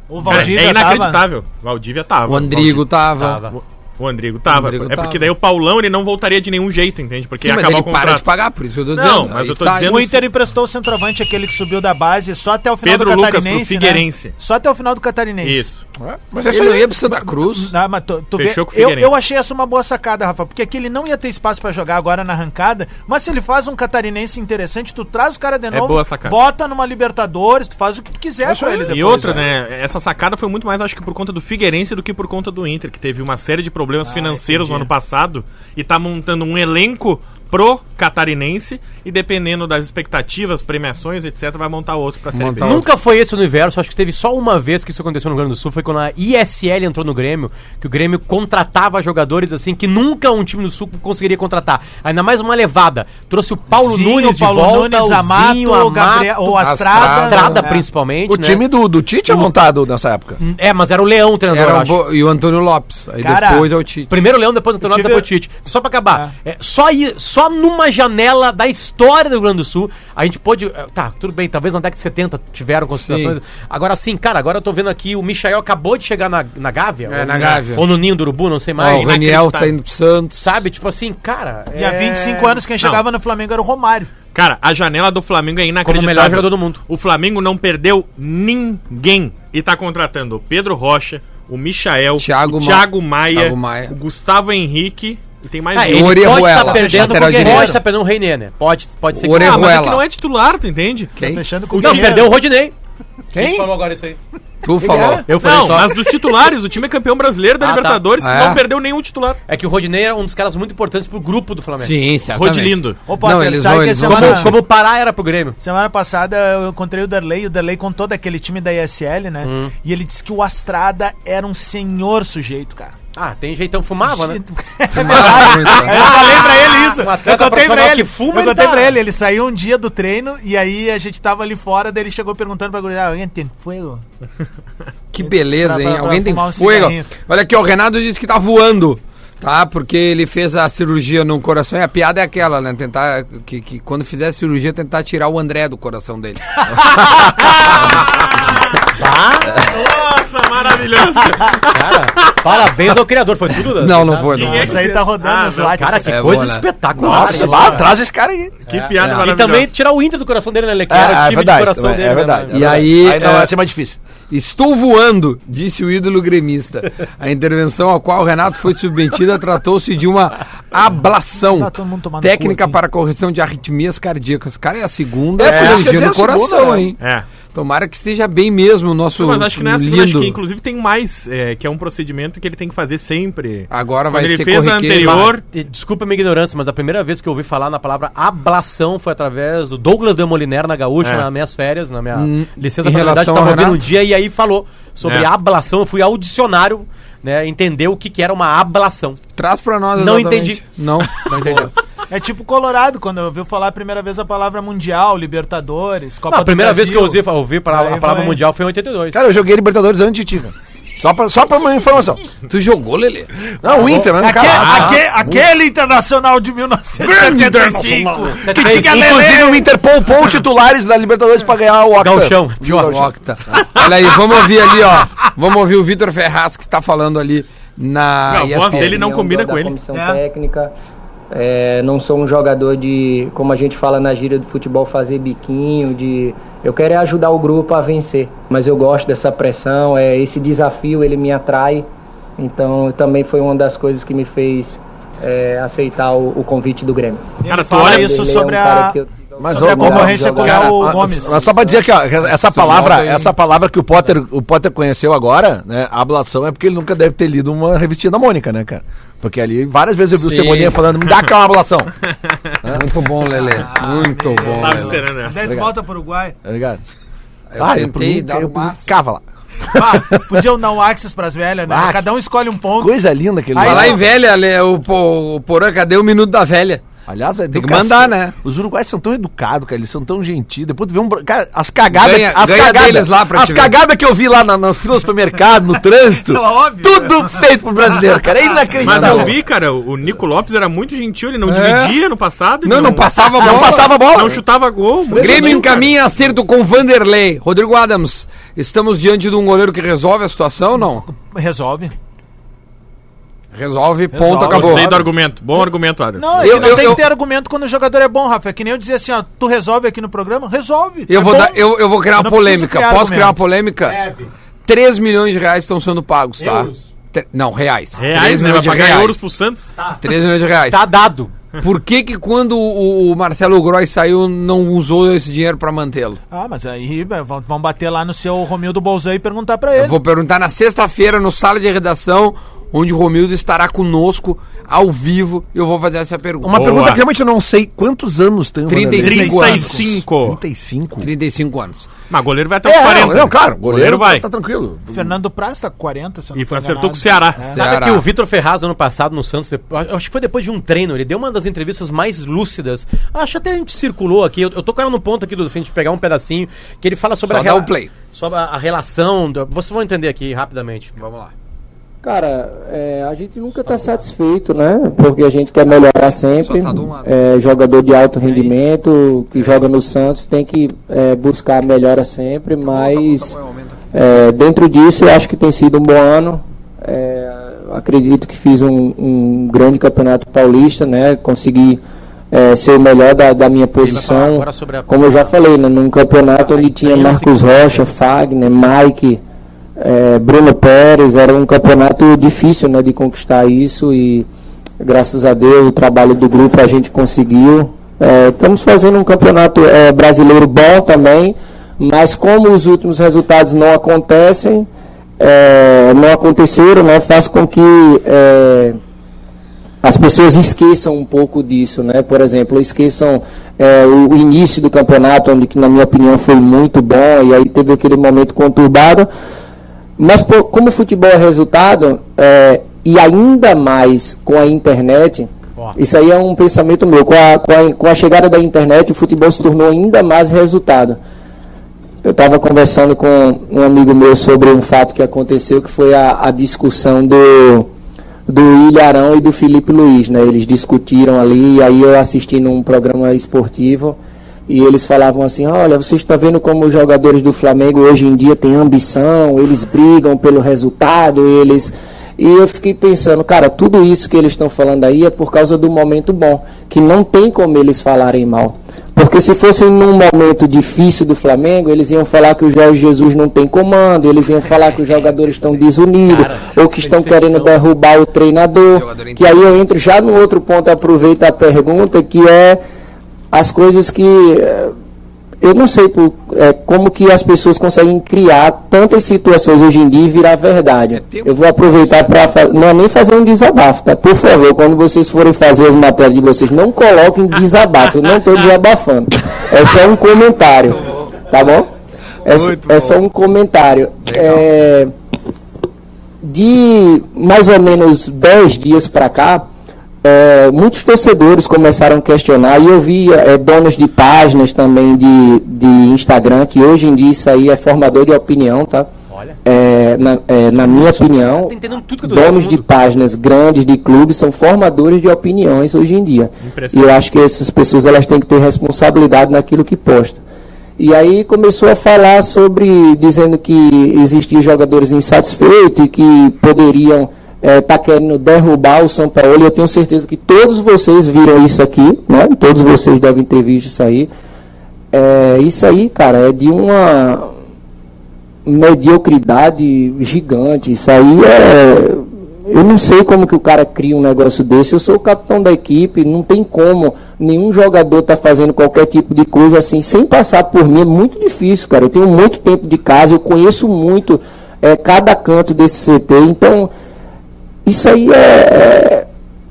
Speaker 8: O
Speaker 6: Cara,
Speaker 8: Valdívia
Speaker 6: é
Speaker 8: tava-
Speaker 6: inacreditável. Valdívia tava.
Speaker 2: O Andrigo tava.
Speaker 4: Tava.
Speaker 6: O Andrigo tava.
Speaker 2: O Andrigo
Speaker 6: é
Speaker 2: tava.
Speaker 6: porque daí o Paulão ele não voltaria de nenhum jeito, entende? Porque
Speaker 2: Sim,
Speaker 6: ia
Speaker 2: mas ele
Speaker 6: acabar o
Speaker 2: para de
Speaker 6: contrato.
Speaker 2: pagar, por isso eu tô
Speaker 6: Não,
Speaker 2: dizendo.
Speaker 6: mas
Speaker 2: aí
Speaker 6: eu tô
Speaker 2: sai.
Speaker 6: dizendo-
Speaker 8: O Inter emprestou o centroavante, aquele que subiu da base, só até o final
Speaker 6: Pedro
Speaker 8: do
Speaker 6: Lucas pro
Speaker 8: Catarinense. né?
Speaker 6: Figueirense.
Speaker 8: Só até o final do Catarinense.
Speaker 6: Isso.
Speaker 5: Mas é
Speaker 2: Ele
Speaker 5: isso
Speaker 2: não
Speaker 5: aí.
Speaker 2: ia pro Santa Cruz.
Speaker 8: Ah, mas tu- tu vê-
Speaker 6: Fechou com o
Speaker 8: eu,
Speaker 6: Figueirense.
Speaker 8: eu achei essa uma boa sacada, Rafa, porque aqui ele não ia ter espaço pra jogar agora na arrancada, mas se ele faz um catarinense interessante, tu traz o cara de novo,
Speaker 6: É boa sacada.
Speaker 8: bota numa Libertadores, tu faz o que tu quiser com ele depois.
Speaker 6: e outra,
Speaker 8: né?
Speaker 6: né? Essa sacada foi muito mais, acho que, por conta do Figueirense do que por conta do Inter, que teve uma série de
Speaker 2: Ah,
Speaker 6: problemas financeiros no ano passado e tá montando um elenco pro catarinense e dependendo das expectativas, premiações, etc, vai montar outro pra Série
Speaker 2: Montar
Speaker 6: B.
Speaker 2: outro.
Speaker 4: Nunca foi esse o universo, acho que teve só uma vez que isso aconteceu no Rio Grande do Sul, foi quando a ISL entrou no Grêmio, que o Grêmio contratava jogadores assim que nunca um time do Sul conseguiria contratar. Ainda mais uma levada. Trouxe o Paulo
Speaker 8: Zinho,
Speaker 4: Nunes de
Speaker 8: Paulo
Speaker 4: volta,
Speaker 8: Nunes,
Speaker 4: o
Speaker 8: Amato,
Speaker 4: Zinho,
Speaker 8: Gabriel- ou Astrada,
Speaker 4: Estrada
Speaker 8: né?
Speaker 4: principalmente,
Speaker 5: O
Speaker 4: né?
Speaker 5: time do, do
Speaker 2: um.
Speaker 5: Tite é montado nessa época.
Speaker 4: É, mas era o Leão o treinador, eu
Speaker 2: Era o
Speaker 4: acho.
Speaker 2: Bo- E o Antônio Lopes. Aí
Speaker 8: Cara,
Speaker 2: depois é o Tite.
Speaker 4: Primeiro o Leão, depois o Antônio Lopes,
Speaker 8: tive-
Speaker 4: depois o Tite. Só pra acabar, é, só, aí, só numa janela da história do Rio Grande do Sul, a gente pôde... é, Tá, tudo bem, talvez na década de 70 tiveram considerações. Agora sim, cara, agora eu tô vendo aqui, o Michael acabou de chegar na, na Gávea.
Speaker 2: É,
Speaker 4: ou
Speaker 2: na Gávea.
Speaker 4: Ou no Ninho do Urubu, não sei
Speaker 2: Ó,
Speaker 4: mais.
Speaker 2: o Raniel
Speaker 6: inacreditável.
Speaker 2: tá indo pro Santos.
Speaker 4: Sabe, tipo assim, cara...
Speaker 8: E há 25
Speaker 6: É.
Speaker 8: anos quem chegava no Flamengo era o Romário.
Speaker 6: Cara, a janela do Flamengo é inacreditável.
Speaker 4: melhor jogador do mundo.
Speaker 6: O Flamengo não perdeu ninguém e tá contratando o Pedro Rocha, o Michael,
Speaker 2: Thiago
Speaker 6: o
Speaker 2: Ma-
Speaker 6: Thiago Maia,
Speaker 2: Thiago Maia.
Speaker 6: o Gustavo Henrique e tem mais
Speaker 4: Ah,
Speaker 6: um.
Speaker 4: ele
Speaker 2: O
Speaker 4: pode
Speaker 2: Orejuela,
Speaker 4: estar perdendo
Speaker 2: lateral
Speaker 4: porque pode
Speaker 2: direito.
Speaker 4: estar perdendo o René, né? Pode, pode ser
Speaker 2: O Ore-
Speaker 6: Ah, mas é que
Speaker 2: Orejuela.
Speaker 6: não é titular, tu entende?
Speaker 2: Quem?
Speaker 8: Tá Fechando com
Speaker 4: Não,
Speaker 8: dinheiro.
Speaker 4: perdeu o Rodinei. Quem falou agora isso aí? é?
Speaker 2: Tu falou.
Speaker 6: Eu falei não, mas dos titulares, o time é campeão brasileiro da
Speaker 4: Ah, tá.
Speaker 6: Libertadores,
Speaker 2: É.
Speaker 6: não perdeu nenhum titular.
Speaker 4: É que o Rodinei era um dos caras muito importantes pro grupo do Flamengo.
Speaker 2: Sim, certamente.
Speaker 6: Rodilindo.
Speaker 8: Ô,
Speaker 2: Não,
Speaker 8: Potter,
Speaker 2: eles
Speaker 8: sabe
Speaker 2: vão,
Speaker 8: um que
Speaker 2: eles vão.
Speaker 5: é
Speaker 8: semana-
Speaker 4: Como, como o Pará era pro Grêmio.
Speaker 8: Semana passada eu encontrei o Darley, o Darley com todo aquele time da ISL, né?
Speaker 4: Hum.
Speaker 8: E ele disse que o Astrada era um senhor sujeito, cara.
Speaker 4: Ah, tem jeitão, fumava, né?
Speaker 2: né?
Speaker 8: Aí eu falei pra ele isso.
Speaker 4: Um
Speaker 8: eu
Speaker 4: atleta
Speaker 8: contei pra
Speaker 4: profissional
Speaker 8: ele.
Speaker 4: que fuma,
Speaker 8: eu
Speaker 4: ele
Speaker 8: contei
Speaker 4: tá-
Speaker 8: pra ele. Ele saiu um dia do treino e aí a gente tava ali fora, daí ele chegou perguntando pra "Ah, gurizada, alguém tem fogo?
Speaker 2: Então, Que beleza,
Speaker 8: Pra-
Speaker 2: hein?
Speaker 8: pra- pra
Speaker 2: Alguém tem
Speaker 8: fumar um
Speaker 2: fogo.
Speaker 8: cigarrinho.
Speaker 2: Olha aqui, ó, o Renato disse que tá voando. Tá, porque ele fez a cirurgia no coração e a piada é aquela, né? Tentar. Que, que quando fizer a cirurgia, tentar tirar o André do coração dele.
Speaker 6: Nossa, maravilhoso.
Speaker 4: Cara, parabéns ao criador, foi tudo? né?
Speaker 2: Não, não foi, não.
Speaker 6: Ninguém-
Speaker 8: Isso aí tá rodando
Speaker 6: Ah,
Speaker 8: os
Speaker 6: não,
Speaker 8: watts.
Speaker 4: Cara, que
Speaker 2: É
Speaker 4: coisa
Speaker 2: boa, né?
Speaker 4: espetacular. isso.
Speaker 5: atrás esse
Speaker 2: é,
Speaker 5: cara aí.
Speaker 6: Que piada
Speaker 4: E
Speaker 6: maravilhosa.
Speaker 4: também tirar o Inter do coração dele, né? Ele que
Speaker 5: É,
Speaker 4: era o
Speaker 5: é
Speaker 4: time
Speaker 5: verdade,
Speaker 4: de coração
Speaker 5: também,
Speaker 4: dele.
Speaker 5: é
Speaker 4: né?
Speaker 5: verdade.
Speaker 2: E aí.
Speaker 5: Aí não,
Speaker 2: é,
Speaker 5: vai ser mais difícil.
Speaker 2: Estou voando, disse o ídolo gremista. A intervenção a qual o Renato foi submetida tratou-se de uma ablação.
Speaker 8: Tá todo mundo tomando cu
Speaker 2: técnica
Speaker 8: aqui.
Speaker 2: para correção de arritmias cardíacas. Cara, é a segunda
Speaker 5: É,
Speaker 2: cirurgia
Speaker 5: isso quer dizer,
Speaker 2: no
Speaker 5: a segunda,
Speaker 2: coração,
Speaker 5: né?
Speaker 2: hein?
Speaker 6: É.
Speaker 2: Tomara que esteja bem mesmo o nosso.
Speaker 6: Não, mas acho que não é a segunda, acho
Speaker 2: lindo.
Speaker 6: que inclusive tem mais, é, que é um procedimento que ele tem que fazer sempre.
Speaker 2: Agora vai
Speaker 6: Quando ele
Speaker 2: ser
Speaker 6: fez a
Speaker 2: corriqueiro.
Speaker 6: anterior,
Speaker 4: E Desculpa a minha ignorância, mas a primeira vez que eu ouvi falar na palavra ablação foi através do Douglas de Moliner na Gaúcha,
Speaker 6: É.
Speaker 4: nas minhas férias, na minha
Speaker 2: Hum,
Speaker 4: licença
Speaker 2: em
Speaker 4: paternidade,
Speaker 2: relação
Speaker 4: tava
Speaker 2: ao
Speaker 4: ouvindo um
Speaker 2: Renato?
Speaker 4: dia e aí falou sobre
Speaker 6: É.
Speaker 4: ablação. Eu fui ao dicionário, né, entender o que, que era uma ablação.
Speaker 2: Traz pra nós.
Speaker 4: Não
Speaker 2: exatamente.
Speaker 4: entendi.
Speaker 2: Não.
Speaker 4: Não entendeu?
Speaker 8: É tipo Colorado, quando eu ouvi falar a primeira vez a palavra mundial, Libertadores, Copa
Speaker 4: Não, a
Speaker 8: do
Speaker 4: primeira vez que eu
Speaker 8: Brasil.
Speaker 4: usei, ouvi pra-
Speaker 8: Aí
Speaker 4: a palavra
Speaker 8: vai.
Speaker 4: mundial foi em 82.
Speaker 5: Cara, eu joguei Libertadores antes de ti, velho. Só pra, só pra uma informação.
Speaker 2: tu jogou, Lelê?
Speaker 5: Não, o Inter, né?
Speaker 8: Aque-
Speaker 5: Cara,
Speaker 8: aque- Aquele internacional de 1975 que tinha
Speaker 5: né? Inclusive
Speaker 8: Lele.
Speaker 5: o Inter poupou titulares da Libertadores pra ganhar o Octa.
Speaker 4: Galchão.
Speaker 5: Viu, Galchão?
Speaker 2: Octa. Olha aí, vamos ouvir ali, ó. Vamos ouvir o Vitor Ferraz que tá falando ali na.
Speaker 6: Não, a voz
Speaker 2: ESPN.
Speaker 6: dele não combina
Speaker 10: da
Speaker 6: com ele.
Speaker 10: comissão
Speaker 8: É.
Speaker 10: técnica. É, não sou um jogador de, como a gente fala na gíria do futebol, fazer biquinho, de eu quero é ajudar o grupo a vencer, mas eu gosto dessa pressão, é esse desafio ele me atrai. Então também foi uma das coisas que me fez é, aceitar o, o convite do Grêmio.
Speaker 6: Cara, tu
Speaker 8: fala
Speaker 6: olha-
Speaker 8: isso
Speaker 10: Ele é um
Speaker 8: sobre
Speaker 10: cara
Speaker 8: a
Speaker 10: que eu-
Speaker 5: Mas
Speaker 8: sobre a
Speaker 5: ô, ô,
Speaker 8: concorrência com
Speaker 5: Cara,
Speaker 8: o
Speaker 5: a-
Speaker 8: Gomes.
Speaker 5: Mas Ah, só pra dizer que ó, essa
Speaker 2: nota
Speaker 5: palavra,
Speaker 2: aí.
Speaker 5: essa palavra que o Potter, o Potter conheceu agora, né? Ablação é porque ele nunca deve ter lido uma revistinha da Mônica, né, cara? Porque ali várias vezes eu vi o
Speaker 2: Sim.
Speaker 5: Cebolinha falando, me dá cá uma ablação. Né?
Speaker 9: Então-
Speaker 2: Muito bom, Lelê.
Speaker 8: Ah,
Speaker 2: Muito bom.
Speaker 6: tava
Speaker 2: Lelê.
Speaker 6: esperando essa.
Speaker 8: Daí tu volta pro Uruguai.
Speaker 5: Tá ligado?
Speaker 2: Eu tentei
Speaker 5: mim,
Speaker 2: dar o
Speaker 5: Ah, eu por mim,
Speaker 2: máximo.
Speaker 5: cava lá.
Speaker 8: Ah, podiam dar um access pras velhas, né?
Speaker 5: Ah,
Speaker 8: Cada um escolhe um ponto.
Speaker 5: Coisa linda aquele
Speaker 8: Aí
Speaker 5: lugar.
Speaker 2: Falar
Speaker 8: só-
Speaker 2: em velha, Lelê, o, po- o Porã, cadê o minuto da velha?
Speaker 5: Aliás, a
Speaker 2: Tem que
Speaker 5: educação-
Speaker 2: mandar, né?
Speaker 5: Os uruguaios são tão educados, cara. Eles são tão gentis. Depois tu vê um. bra- Cara, as cagadas.
Speaker 2: Ganha-
Speaker 5: as
Speaker 2: ganha
Speaker 5: cagadas,
Speaker 2: deles lá pra
Speaker 5: As
Speaker 2: te ver. É
Speaker 5: cagadas que eu vi lá na, na fila do supermercado, no trânsito.
Speaker 8: Não, óbvio.
Speaker 5: tudo feito pro brasileiro, cara. É
Speaker 6: Mas
Speaker 5: inacreditável.
Speaker 6: eu vi, cara, o Nico Lopes era muito gentil, ele não
Speaker 2: É.
Speaker 6: dividia no passado. ele
Speaker 2: Não, não passava a bola.
Speaker 6: Não passava a bola. Não chutava gol. muito
Speaker 2: Grêmio
Speaker 6: gentil, cara.
Speaker 2: encaminha acerto com Vanderlei. Rodrigo Adams, estamos diante de um goleiro que resolve a situação ou não?
Speaker 8: Resolve.
Speaker 2: Resolve, ponto,
Speaker 8: Resolve.
Speaker 2: acabou.
Speaker 6: Gostei do argumento. Bom argumento, Adams.
Speaker 8: Não,
Speaker 2: Eu-
Speaker 8: ele não
Speaker 2: eu-
Speaker 8: tem
Speaker 2: eu-
Speaker 8: que ter argumento quando o jogador é bom, Rafa. É que nem eu dizer assim, ó, tu resolve aqui no programa? Resolve.
Speaker 2: Eu
Speaker 8: É
Speaker 2: vou,
Speaker 8: bom.
Speaker 2: dar, eu, eu vou criar uma
Speaker 8: Não preciso
Speaker 2: polêmica.
Speaker 8: criar
Speaker 2: Posso
Speaker 8: argumento. É.
Speaker 2: criar uma polêmica? 3 milhões de reais estão sendo pagos, tá? Tre- Não, reais.
Speaker 6: Reais,
Speaker 2: 3
Speaker 6: né? Vai
Speaker 2: milhões de
Speaker 6: pagar
Speaker 2: reais.
Speaker 6: euros pro Santos.
Speaker 2: 3 milhões de reais.
Speaker 4: Tá dado.
Speaker 2: Por que que quando o, o Marcelo Groy saiu, não usou esse dinheiro pra mantê-lo?
Speaker 8: Ah, mas aí vai- vão vão bater lá no seu Romildo Bolzan e perguntar pra ele.
Speaker 2: Eu vou perguntar na sexta-feira, no Sala de Redação, onde o Romildo estará conosco, ao vivo, eu vou fazer essa pergunta.
Speaker 5: Uma
Speaker 6: Boa.
Speaker 5: pergunta que realmente eu não sei quantos anos tem o
Speaker 2: 35
Speaker 5: Vanderlei.
Speaker 6: 35.
Speaker 5: 35?
Speaker 2: 35 anos.
Speaker 6: Mas goleiro
Speaker 2: tá
Speaker 6: vai até os
Speaker 5: É,
Speaker 6: 40.
Speaker 5: não, não, claro.
Speaker 6: Goleiro vai.
Speaker 5: Tá, tá tranquilo.
Speaker 8: Fernando Praz tá com 40, se eu
Speaker 6: E
Speaker 8: tô
Speaker 6: acertou
Speaker 8: enganado.
Speaker 6: com o Ceará.
Speaker 8: É.
Speaker 2: Ceará.
Speaker 4: Sabe que o Vitor Ferraz, ano passado, no Santos, depois- acho que foi depois de um treino, ele deu uma das entrevistas mais lúcidas. Acho até a gente circulou aqui. Eu, eu tô cara no ponto aqui do se a gente pegar um pedacinho, que ele fala sobre
Speaker 2: Só
Speaker 4: a
Speaker 2: dá
Speaker 4: rela-
Speaker 2: o play.
Speaker 4: Sobre a, a relação. do- Vocês vão entender aqui rapidamente.
Speaker 2: Vamos lá.
Speaker 10: Cara, é, a gente nunca está satisfeito, né? Porque a gente quer melhorar sempre.
Speaker 2: Só tá de um lado.
Speaker 10: É, jogador de alto rendimento que joga no Santos tem que é, buscar melhora sempre,
Speaker 2: Tá
Speaker 10: mas é, dentro disso eu acho que tem sido um bom ano. É, acredito que fiz um, um grande campeonato paulista, né? Consegui é, ser o melhor da, da
Speaker 2: tá
Speaker 10: minha
Speaker 4: falar
Speaker 10: posição.
Speaker 4: agora sobre a-
Speaker 10: Então, Como eu já falei, né? num campeonato onde tinha Marcos Rocha, Fagner, Mike, é, Bruno Pérez, era um campeonato difícil né, de conquistar isso e graças a Deus o trabalho do grupo a Eh, gente conseguiu. É, estamos fazendo um campeonato é, brasileiro eh, bom também, Mas como os últimos resultados não acontecem, é, não aconteceram, né, faz com que é, as pessoas esqueçam um pouco disso, né? Por exemplo, esqueçam é, o, o início do campeonato, onde que na minha opinião foi muito bom e aí teve aquele momento conturbado. Mas pô, como o futebol é resultado é, e ainda mais com a internet, isso aí é um pensamento meu. Com a, com a- com a chegada da internet, o futebol se tornou ainda mais resultado. Eu estava conversando com um amigo meu sobre um fato que aconteceu, que foi a, a discussão do, do Ilharão e do Felipe Luiz, né? Eles discutiram ali, e aí eu assisti num programa esportivo e eles falavam assim, olha, vocês estão vendo como os jogadores do Flamengo hoje em dia têm ambição, eles brigam pelo resultado, eles. E eu fiquei pensando, cara, tudo isso que eles estão falando aí é por causa do momento bom, que não tem como eles falarem mal. Porque se fosse num momento difícil do Flamengo, eles iam falar que o Jorge Jesus não tem comando, eles iam falar que os jogadores estão desunidos, ou que estão querendo derrubar o treinador. Que aí eu entro já no outro ponto, aproveito a pergunta, que é as coisas que. eh, Eu não sei por- eh, como que as pessoas conseguem criar tantas situações hoje em dia e virar verdade. Eu vou aproveitar para. Não é nem fazer um desabafo, tá? Por favor, quando vocês forem fazer as matérias de vocês, não coloquem desabafo. Eu não estou desabafando. É só um comentário. Tá bom? É, s- é só um comentário. É, de mais ou menos 10 dias para cá, é, muitos torcedores começaram a questionar, e eu vi é, donos de páginas também de, de Instagram, que hoje em dia isso aí é formador de opinião, tá?
Speaker 4: Olha.
Speaker 10: É, na, é, na minha opinião,
Speaker 4: tá entendendo tudo que eu tô
Speaker 10: donos
Speaker 4: dizendo,
Speaker 10: de
Speaker 4: mundo.
Speaker 10: páginas grandes de clubes são formadores de opiniões hoje em dia. E eu acho que essas pessoas elas têm que ter responsabilidade naquilo que postam. E aí começou a falar sobre, dizendo que existiam jogadores insatisfeitos e que poderiam estar querendo derrubar o São Paulo. E eu tenho certeza que todos vocês viram isso aqui, né? Todos vocês devem ter visto isso aí. É, isso aí, cara, é de uma mediocridade gigante. Isso aí é. Eu não sei como que o cara cria um negócio desse. Eu sou o capitão da equipe, não tem como nenhum jogador tá fazendo qualquer tipo de coisa assim sem passar por mim. É muito difícil, cara. Eu tenho muito tempo de casa, eu conheço muito é, cada canto desse CT. Então, isso aí é, é,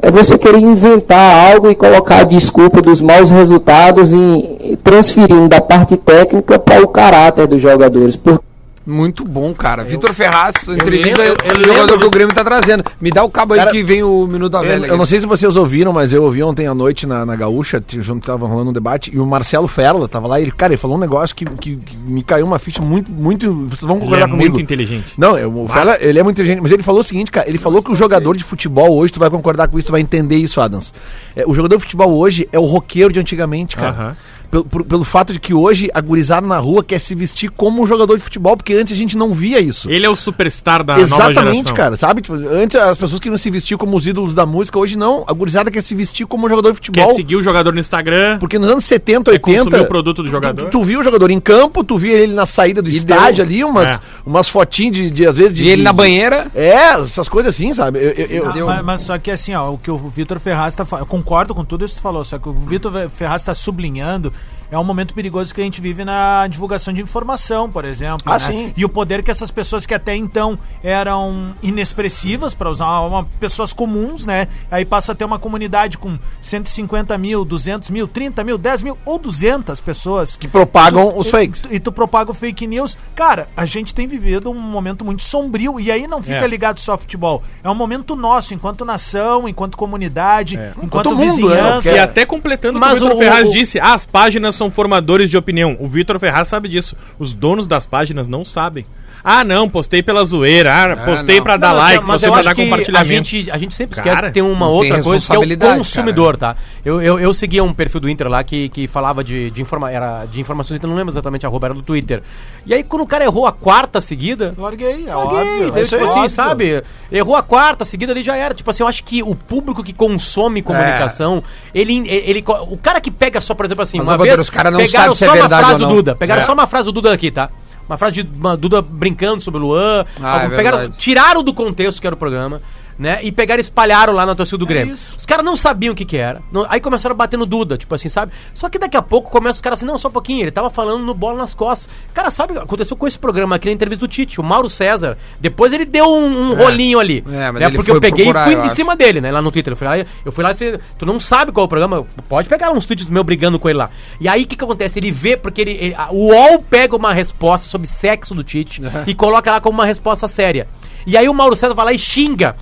Speaker 10: é você querer inventar algo e colocar a desculpa dos maus resultados em em- transferindo da parte técnica para o caráter dos jogadores. Por
Speaker 2: Muito bom, cara. Vitor Ferraz, entrevista
Speaker 4: lembro- eu
Speaker 2: o jogador
Speaker 4: lembro
Speaker 2: que o
Speaker 4: disso.
Speaker 2: Grêmio tá trazendo. Me dá o cabo aí
Speaker 5: Cara,
Speaker 2: que vem o Minuto da
Speaker 5: Eu,
Speaker 2: Velha.
Speaker 5: eu não sei se vocês ouviram, mas eu ouvi ontem à noite na, na Gaúcha, t- junto tava rolando um debate, e o Marcelo Ferla tava lá, e ele, cara, ele falou um negócio que, que- que me caiu uma ficha muito, muito. Vocês vão concordar
Speaker 2: é
Speaker 5: comigo.
Speaker 6: inteligente.
Speaker 5: Não, eu- o Fela, ele é muito inteligente, mas ele falou o seguinte, cara, ele falou que o jogador de futebol hoje, tu vai concordar com isso, tu vai entender isso, Adams. É, o jogador de futebol hoje é o roqueiro de antigamente, cara.
Speaker 6: Aham.
Speaker 5: Pelo, por- pelo fato de que hoje a gurizada na rua quer se vestir como um jogador de futebol, porque antes a gente não via isso.
Speaker 6: Ele é o superstar da nova
Speaker 5: Exatamente,
Speaker 6: geração.
Speaker 5: cara, sabe? Tipo, antes as pessoas queriam se vestir como os ídolos da música, hoje não. A gurizada quer se vestir como um jogador de
Speaker 6: Quer
Speaker 5: futebol.
Speaker 6: seguir o jogador no Instagram,
Speaker 5: Porque nos anos 70,
Speaker 6: quer consumir
Speaker 5: 80.
Speaker 6: o produto do jogador.
Speaker 5: Tu, tu viu o jogador em campo, tu via ele na saída do estádio ali, umas,
Speaker 6: É.
Speaker 5: umas fotinhas de, de, às vezes, de.
Speaker 2: E ele
Speaker 5: de-
Speaker 2: na banheira.
Speaker 5: É, essas coisas assim, sabe? Eu, eu- eu-
Speaker 8: Ah,
Speaker 5: eu-
Speaker 8: mas, mas só que assim, ó, o que o Vitor Ferraz tá falando, eu concordo com tudo isso que tu falou, só que o Vitor Ve- Ferraz tá sublinhando é um momento perigoso que a gente vive na divulgação de informação, por exemplo. né?
Speaker 5: Ah, sim.
Speaker 8: E o poder que essas pessoas que até então eram inexpressivas, para usar uma, uma- pessoas comuns, né? Aí passa a ter uma comunidade com 150 mil, 200 mil, 30 mil, 10 mil ou 200 pessoas
Speaker 5: que propagam os
Speaker 8: e-
Speaker 5: fakes.
Speaker 8: E tu propaga o fake news. Cara, a gente tem vivido um momento muito sombrio. E aí não fica
Speaker 6: É.
Speaker 8: ligado só ao futebol. É um momento nosso, enquanto nação, enquanto comunidade, enquanto
Speaker 5: Enquanto mundo,
Speaker 8: vizinhança.
Speaker 5: né?
Speaker 6: É. E até completando o que
Speaker 4: Mas
Speaker 6: o Vitor
Speaker 4: o-
Speaker 6: Ferraz
Speaker 4: o-
Speaker 6: disse, ah, as páginas são formadores de opinião. O Vitor Ferraz sabe disso. Os donos das páginas não sabem. Ah, não, postei pela zoeira. Ah, postei
Speaker 2: não.
Speaker 6: pra dar
Speaker 4: Não,
Speaker 6: like,
Speaker 4: mas
Speaker 6: postei
Speaker 4: eu
Speaker 6: pra
Speaker 4: acho
Speaker 6: dar
Speaker 4: que a
Speaker 6: compartilhamento.
Speaker 4: gente, a gente sempre
Speaker 6: Cara,
Speaker 4: esquece que tem uma
Speaker 2: não
Speaker 4: outra
Speaker 2: tem
Speaker 4: coisa que é
Speaker 2: responsabilidade,
Speaker 4: o consumidor, tá? Eu, eu, eu seguia um perfil do Inter lá que, que falava de, de, informa, era de informações, então não lembro exatamente a roupa, era do Twitter. E aí quando o cara errou a quarta seguida,
Speaker 8: Larguei, é
Speaker 4: Paguei,
Speaker 8: óbvio.
Speaker 4: daí,
Speaker 8: é
Speaker 4: tipo
Speaker 8: óbvio.
Speaker 4: assim, sabe? Errou a quarta, seguida ali já era. Tipo assim, eu acho que o público que consome comunicação, ele, ele. O cara que pega só, por exemplo, assim,
Speaker 2: É. Mas,
Speaker 4: uma
Speaker 2: Alvadeiro,
Speaker 4: vez.
Speaker 2: os cara não
Speaker 4: pegaram
Speaker 2: sabe se é
Speaker 4: só uma
Speaker 2: verdade
Speaker 4: frase
Speaker 2: ou
Speaker 4: do
Speaker 2: não.
Speaker 4: Duda. Pegaram
Speaker 2: É.
Speaker 4: só uma frase do Duda aqui, tá? Uma frase de uma Duda brincando sobre o Luan.
Speaker 2: Ah, é
Speaker 4: algum- pegaram-
Speaker 2: verdade.
Speaker 4: tiraram do contexto que era o programa. né? E pegaram e espalharam lá na torcida do Grêmio.
Speaker 8: isso.
Speaker 4: Os caras não sabiam o que que era. Não- aí começaram a bater no Duda, tipo assim, sabe? Só que daqui a pouco começa os caras assim, não, só um pouquinho, ele tava falando no bola nas costas. Cara, sabe, o que aconteceu com esse programa aqui na entrevista do Tite, o Mauro César. Depois ele deu um, um rolinho ali.
Speaker 2: É, mas
Speaker 4: né?
Speaker 2: ele
Speaker 4: Porque
Speaker 2: foi
Speaker 4: eu peguei
Speaker 2: procurar,
Speaker 4: e fui
Speaker 2: eu
Speaker 4: em
Speaker 2: acho.
Speaker 4: cima dele, né? Lá no Twitter. Eu fui lá, eu fui lá assim, tu não sabe qual é o programa, pode pegar uns tweets meus brigando com ele lá. E aí o que, que acontece? Ele vê, porque ele, ele- a- o UOL pega uma resposta sobre sexo do Tite e coloca lá como uma resposta séria. E aí o Mauro César vai lá e xinga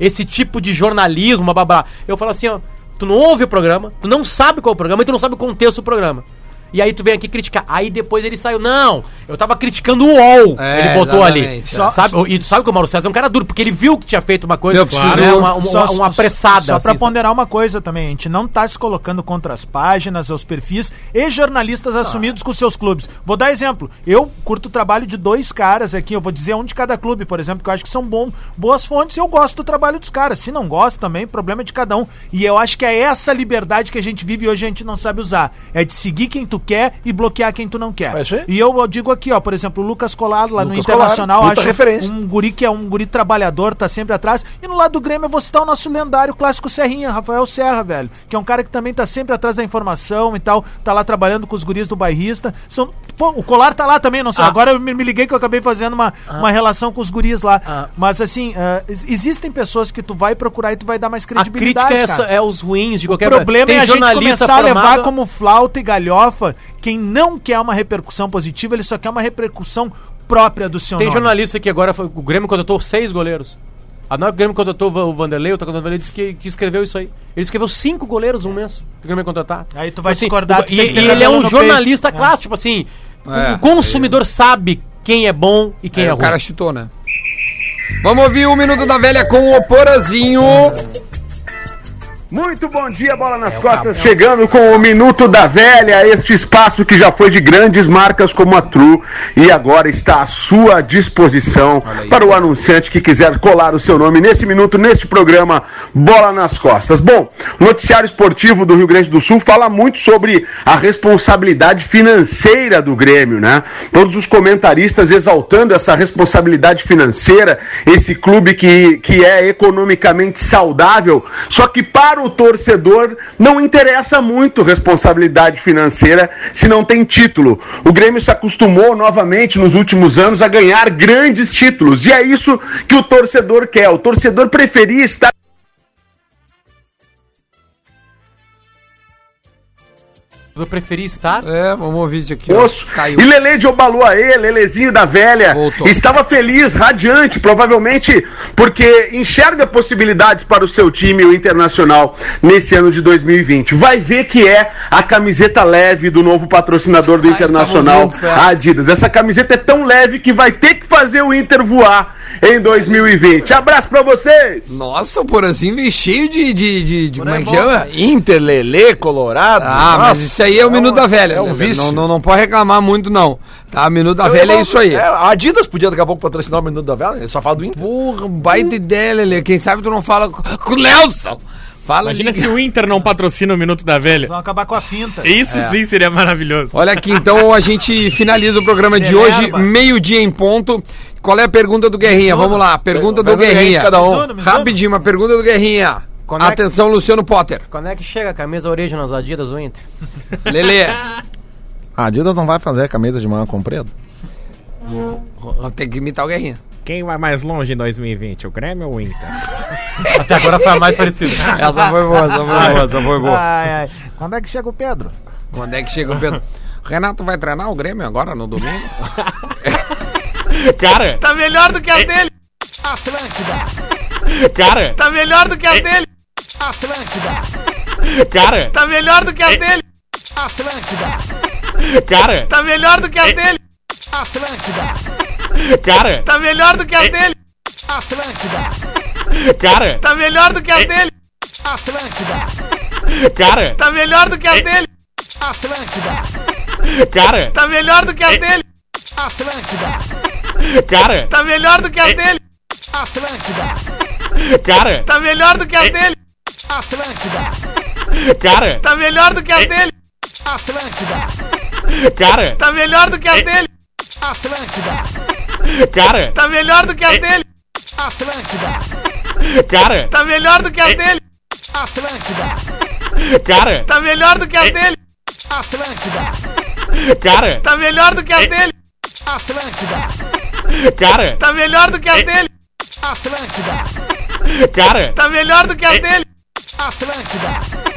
Speaker 4: esse tipo de jornalismo, blá, blá, blá. Eu falo assim, ó, tu não ouve o programa, tu não sabe qual é o programa e tu não sabe o contexto do programa. E aí tu vem aqui criticar. Aí depois ele saiu, não, eu tava criticando o UOL.
Speaker 2: É,
Speaker 4: ele botou ali.
Speaker 2: exatamente,
Speaker 4: Só- sabe, e tu sabe que o Mauro César é um cara duro, porque ele viu que tinha feito uma coisa,
Speaker 2: Eu preciso-
Speaker 4: né, uma, uma,
Speaker 8: Só-
Speaker 4: uma- uma apressada.
Speaker 8: Só
Speaker 4: assim,
Speaker 8: pra
Speaker 4: sabe?
Speaker 8: ponderar uma coisa também, a gente não tá se colocando contra as páginas, aos perfis e jornalistas assumidos com seus clubes. Vou dar exemplo. Eu curto o trabalho de dois caras aqui, eu vou dizer um de cada clube, por exemplo, que eu acho que são bom, boas fontes e eu gosto do trabalho dos caras. Se não gosta também, problema de cada um. E eu acho que é essa liberdade que a gente vive e hoje a gente não sabe usar. É de seguir quem tu quer e bloquear quem tu não quer.
Speaker 5: É isso aí.
Speaker 8: E eu digo aqui, ó, por exemplo, o Lucas Colado lá no
Speaker 5: Lucas Colado,
Speaker 8: Internacional,
Speaker 5: puta
Speaker 8: acho
Speaker 5: referência.
Speaker 8: um guri que é um guri trabalhador, tá sempre atrás. E no lado do Grêmio eu vou citar o nosso lendário clássico Serrinha, Rafael Serra, velho. Que é um cara que também tá sempre atrás da informação e tal. Tá lá trabalhando com os guris do bairrista. São... Pô, o Colar tá lá também,
Speaker 4: Ah.
Speaker 8: não sei. Agora eu me me liguei que eu acabei fazendo uma, uma relação com os guris lá.
Speaker 4: Ah.
Speaker 8: Mas assim, ah, ex- existem pessoas que tu vai procurar e tu vai dar mais
Speaker 4: A
Speaker 8: credibilidade.
Speaker 4: crítica é, só-
Speaker 8: cara.
Speaker 4: é os ruins de qualquer
Speaker 8: O problema
Speaker 4: Tem
Speaker 8: é a gente
Speaker 4: jornalista
Speaker 8: começar a levar
Speaker 4: formado-
Speaker 8: como flauta e galhofa quem não quer uma repercussão positiva, ele só quer uma repercussão própria do seu
Speaker 4: Tem
Speaker 8: nome.
Speaker 4: jornalista que agora foi- o Grêmio contratou seis goleiros. A hora que o Grêmio contratou o Va- o Vanderlei, o tá Tacão Vanderlei disse que, que escreveu isso aí. Ele escreveu cinco goleiros um mês que o Grêmio ia contratar.
Speaker 8: Aí tu vai
Speaker 4: Assim,
Speaker 8: discordar,
Speaker 4: o-
Speaker 8: tu
Speaker 4: E,
Speaker 8: tem que ter
Speaker 4: e ele é
Speaker 8: cabelo
Speaker 4: um
Speaker 8: no
Speaker 4: jornalista
Speaker 8: peito.
Speaker 4: clássico, tipo assim. o-
Speaker 2: É,
Speaker 4: o consumidor sabe quem é bom e quem é,
Speaker 2: o
Speaker 4: ruim.
Speaker 2: cara chutou, né? Vamos ouvir o Minuto da Velha com o Porazinho.
Speaker 3: Muito bom dia, Bola nas Costas, chegando com o Minuto da Velha, este espaço que já foi de grandes marcas como a Tru e agora está à sua disposição para o anunciante que quiser colar o seu nome nesse minuto, neste programa Bola nas Costas. Bom, o noticiário esportivo do Rio Grande do Sul fala muito sobre a responsabilidade financeira do Grêmio, né? Todos os comentaristas exaltando essa responsabilidade financeira, esse clube que, que é economicamente saudável, só que para o torcedor não interessa muito responsabilidade financeira se não tem título. O Grêmio se acostumou novamente nos últimos anos a ganhar grandes títulos e é isso que o torcedor quer. O torcedor preferia estar
Speaker 4: Eu preferi estar.
Speaker 2: É, vamos ouvir isso aqui. ó.
Speaker 3: Osso.
Speaker 2: Caiu.
Speaker 3: E Lele de Obaluaê, Lelezinho da Velha,
Speaker 2: Voltou.
Speaker 3: estava feliz, radiante, provavelmente porque enxerga possibilidades para o seu time, o Internacional, nesse ano de 2020. Vai ver que é a camiseta leve do novo patrocinador do Internacional,
Speaker 2: tá bom, certo.
Speaker 3: a Adidas. Essa camiseta é tão leve que vai ter que fazer o Inter voar em 2020. Abraço para vocês!
Speaker 2: Nossa, o Porazinho veio cheio de. de, de, de como é que chama?
Speaker 5: Inter, Lelê, Colorado.
Speaker 2: Ah, mas
Speaker 5: Nossa,
Speaker 2: isso aí é o Minuto
Speaker 5: um-
Speaker 2: da Velha.
Speaker 5: É um
Speaker 2: né, velho?
Speaker 5: vício.
Speaker 2: Não, não, não pode reclamar muito, não. Tá, Minuto da Velha é isso aí.
Speaker 5: a Adidas podia daqui a pouco patrocinar o Minuto da Velha, ele só fala do Inter.
Speaker 2: Porra, baita ideia, Lelê. Quem sabe tu não fala com com o Nelson. Fala
Speaker 6: Imagina
Speaker 2: ali.
Speaker 6: se o Inter não patrocina o Minuto da Velha.
Speaker 8: Vão acabar com a
Speaker 2: É
Speaker 8: finta.
Speaker 6: Isso
Speaker 4: É.
Speaker 6: sim seria maravilhoso.
Speaker 2: Olha aqui, então a gente finaliza o programa de hoje,
Speaker 8: Belerba.
Speaker 2: meio-dia em ponto. Qual é a pergunta do Guerrinha? Vamos lá, pergunta do
Speaker 5: Pergunta de
Speaker 2: Guerrinha.
Speaker 5: cada um.
Speaker 8: Mizuno, Mizuno.
Speaker 2: Rapidinho, uma pergunta do Guerrinha.
Speaker 4: Como é que-
Speaker 2: Atenção, Luciano Potter.
Speaker 4: Quando é que chega a camisa origem nas Adidas do Inter?
Speaker 2: Lelê,
Speaker 5: A Adidas não vai fazer a camisa de manhã com preto?
Speaker 2: tem que imitar o Guerrinha.
Speaker 6: Quem vai mais longe em 2020, o Grêmio ou o Inter?
Speaker 4: Até agora foi a mais parecida.
Speaker 2: Essa foi boa, essa foi boa, essa foi boa.
Speaker 8: Ah. Ai, ai. Quando é que chega o Pedro?
Speaker 2: Quando é que chega o Pedro? Renato vai treinar o Grêmio agora no domingo?
Speaker 6: Cara,
Speaker 9: Tá melhor do que as dele.
Speaker 6: cara,
Speaker 9: Tá melhor do que as dele.
Speaker 6: cara,
Speaker 9: Tá melhor do que as dele.
Speaker 6: cara,
Speaker 9: Tá melhor do que as dele.
Speaker 6: cara,
Speaker 9: Tá melhor do que as dele.
Speaker 6: cara,
Speaker 9: Tá melhor do que as dele.
Speaker 6: cara,
Speaker 9: Tá melhor do que as dele.
Speaker 6: cara, É.
Speaker 9: Tá melhor do que as dele.
Speaker 6: cara, É.
Speaker 9: Tá melhor do que as dele.
Speaker 6: cara, É.
Speaker 9: Tá melhor do que as dele.
Speaker 6: cara, É.
Speaker 9: Tá melhor do que as dele.
Speaker 6: cara, É.
Speaker 9: Tá melhor do que as dele.
Speaker 6: cara,
Speaker 9: Tá melhor
Speaker 6: É.
Speaker 9: do que as dele.
Speaker 3: Cara,
Speaker 9: Tá melhor do que
Speaker 6: É.
Speaker 9: as dele.
Speaker 3: cara,
Speaker 9: Tá melhor do que
Speaker 6: É.
Speaker 9: as dele.
Speaker 3: cara,
Speaker 9: Tá melhor do que
Speaker 6: É.
Speaker 9: as dele.
Speaker 3: cara,
Speaker 9: Tá melhor do que as dele.
Speaker 3: cara.
Speaker 9: é. Tá melhor do que as dele.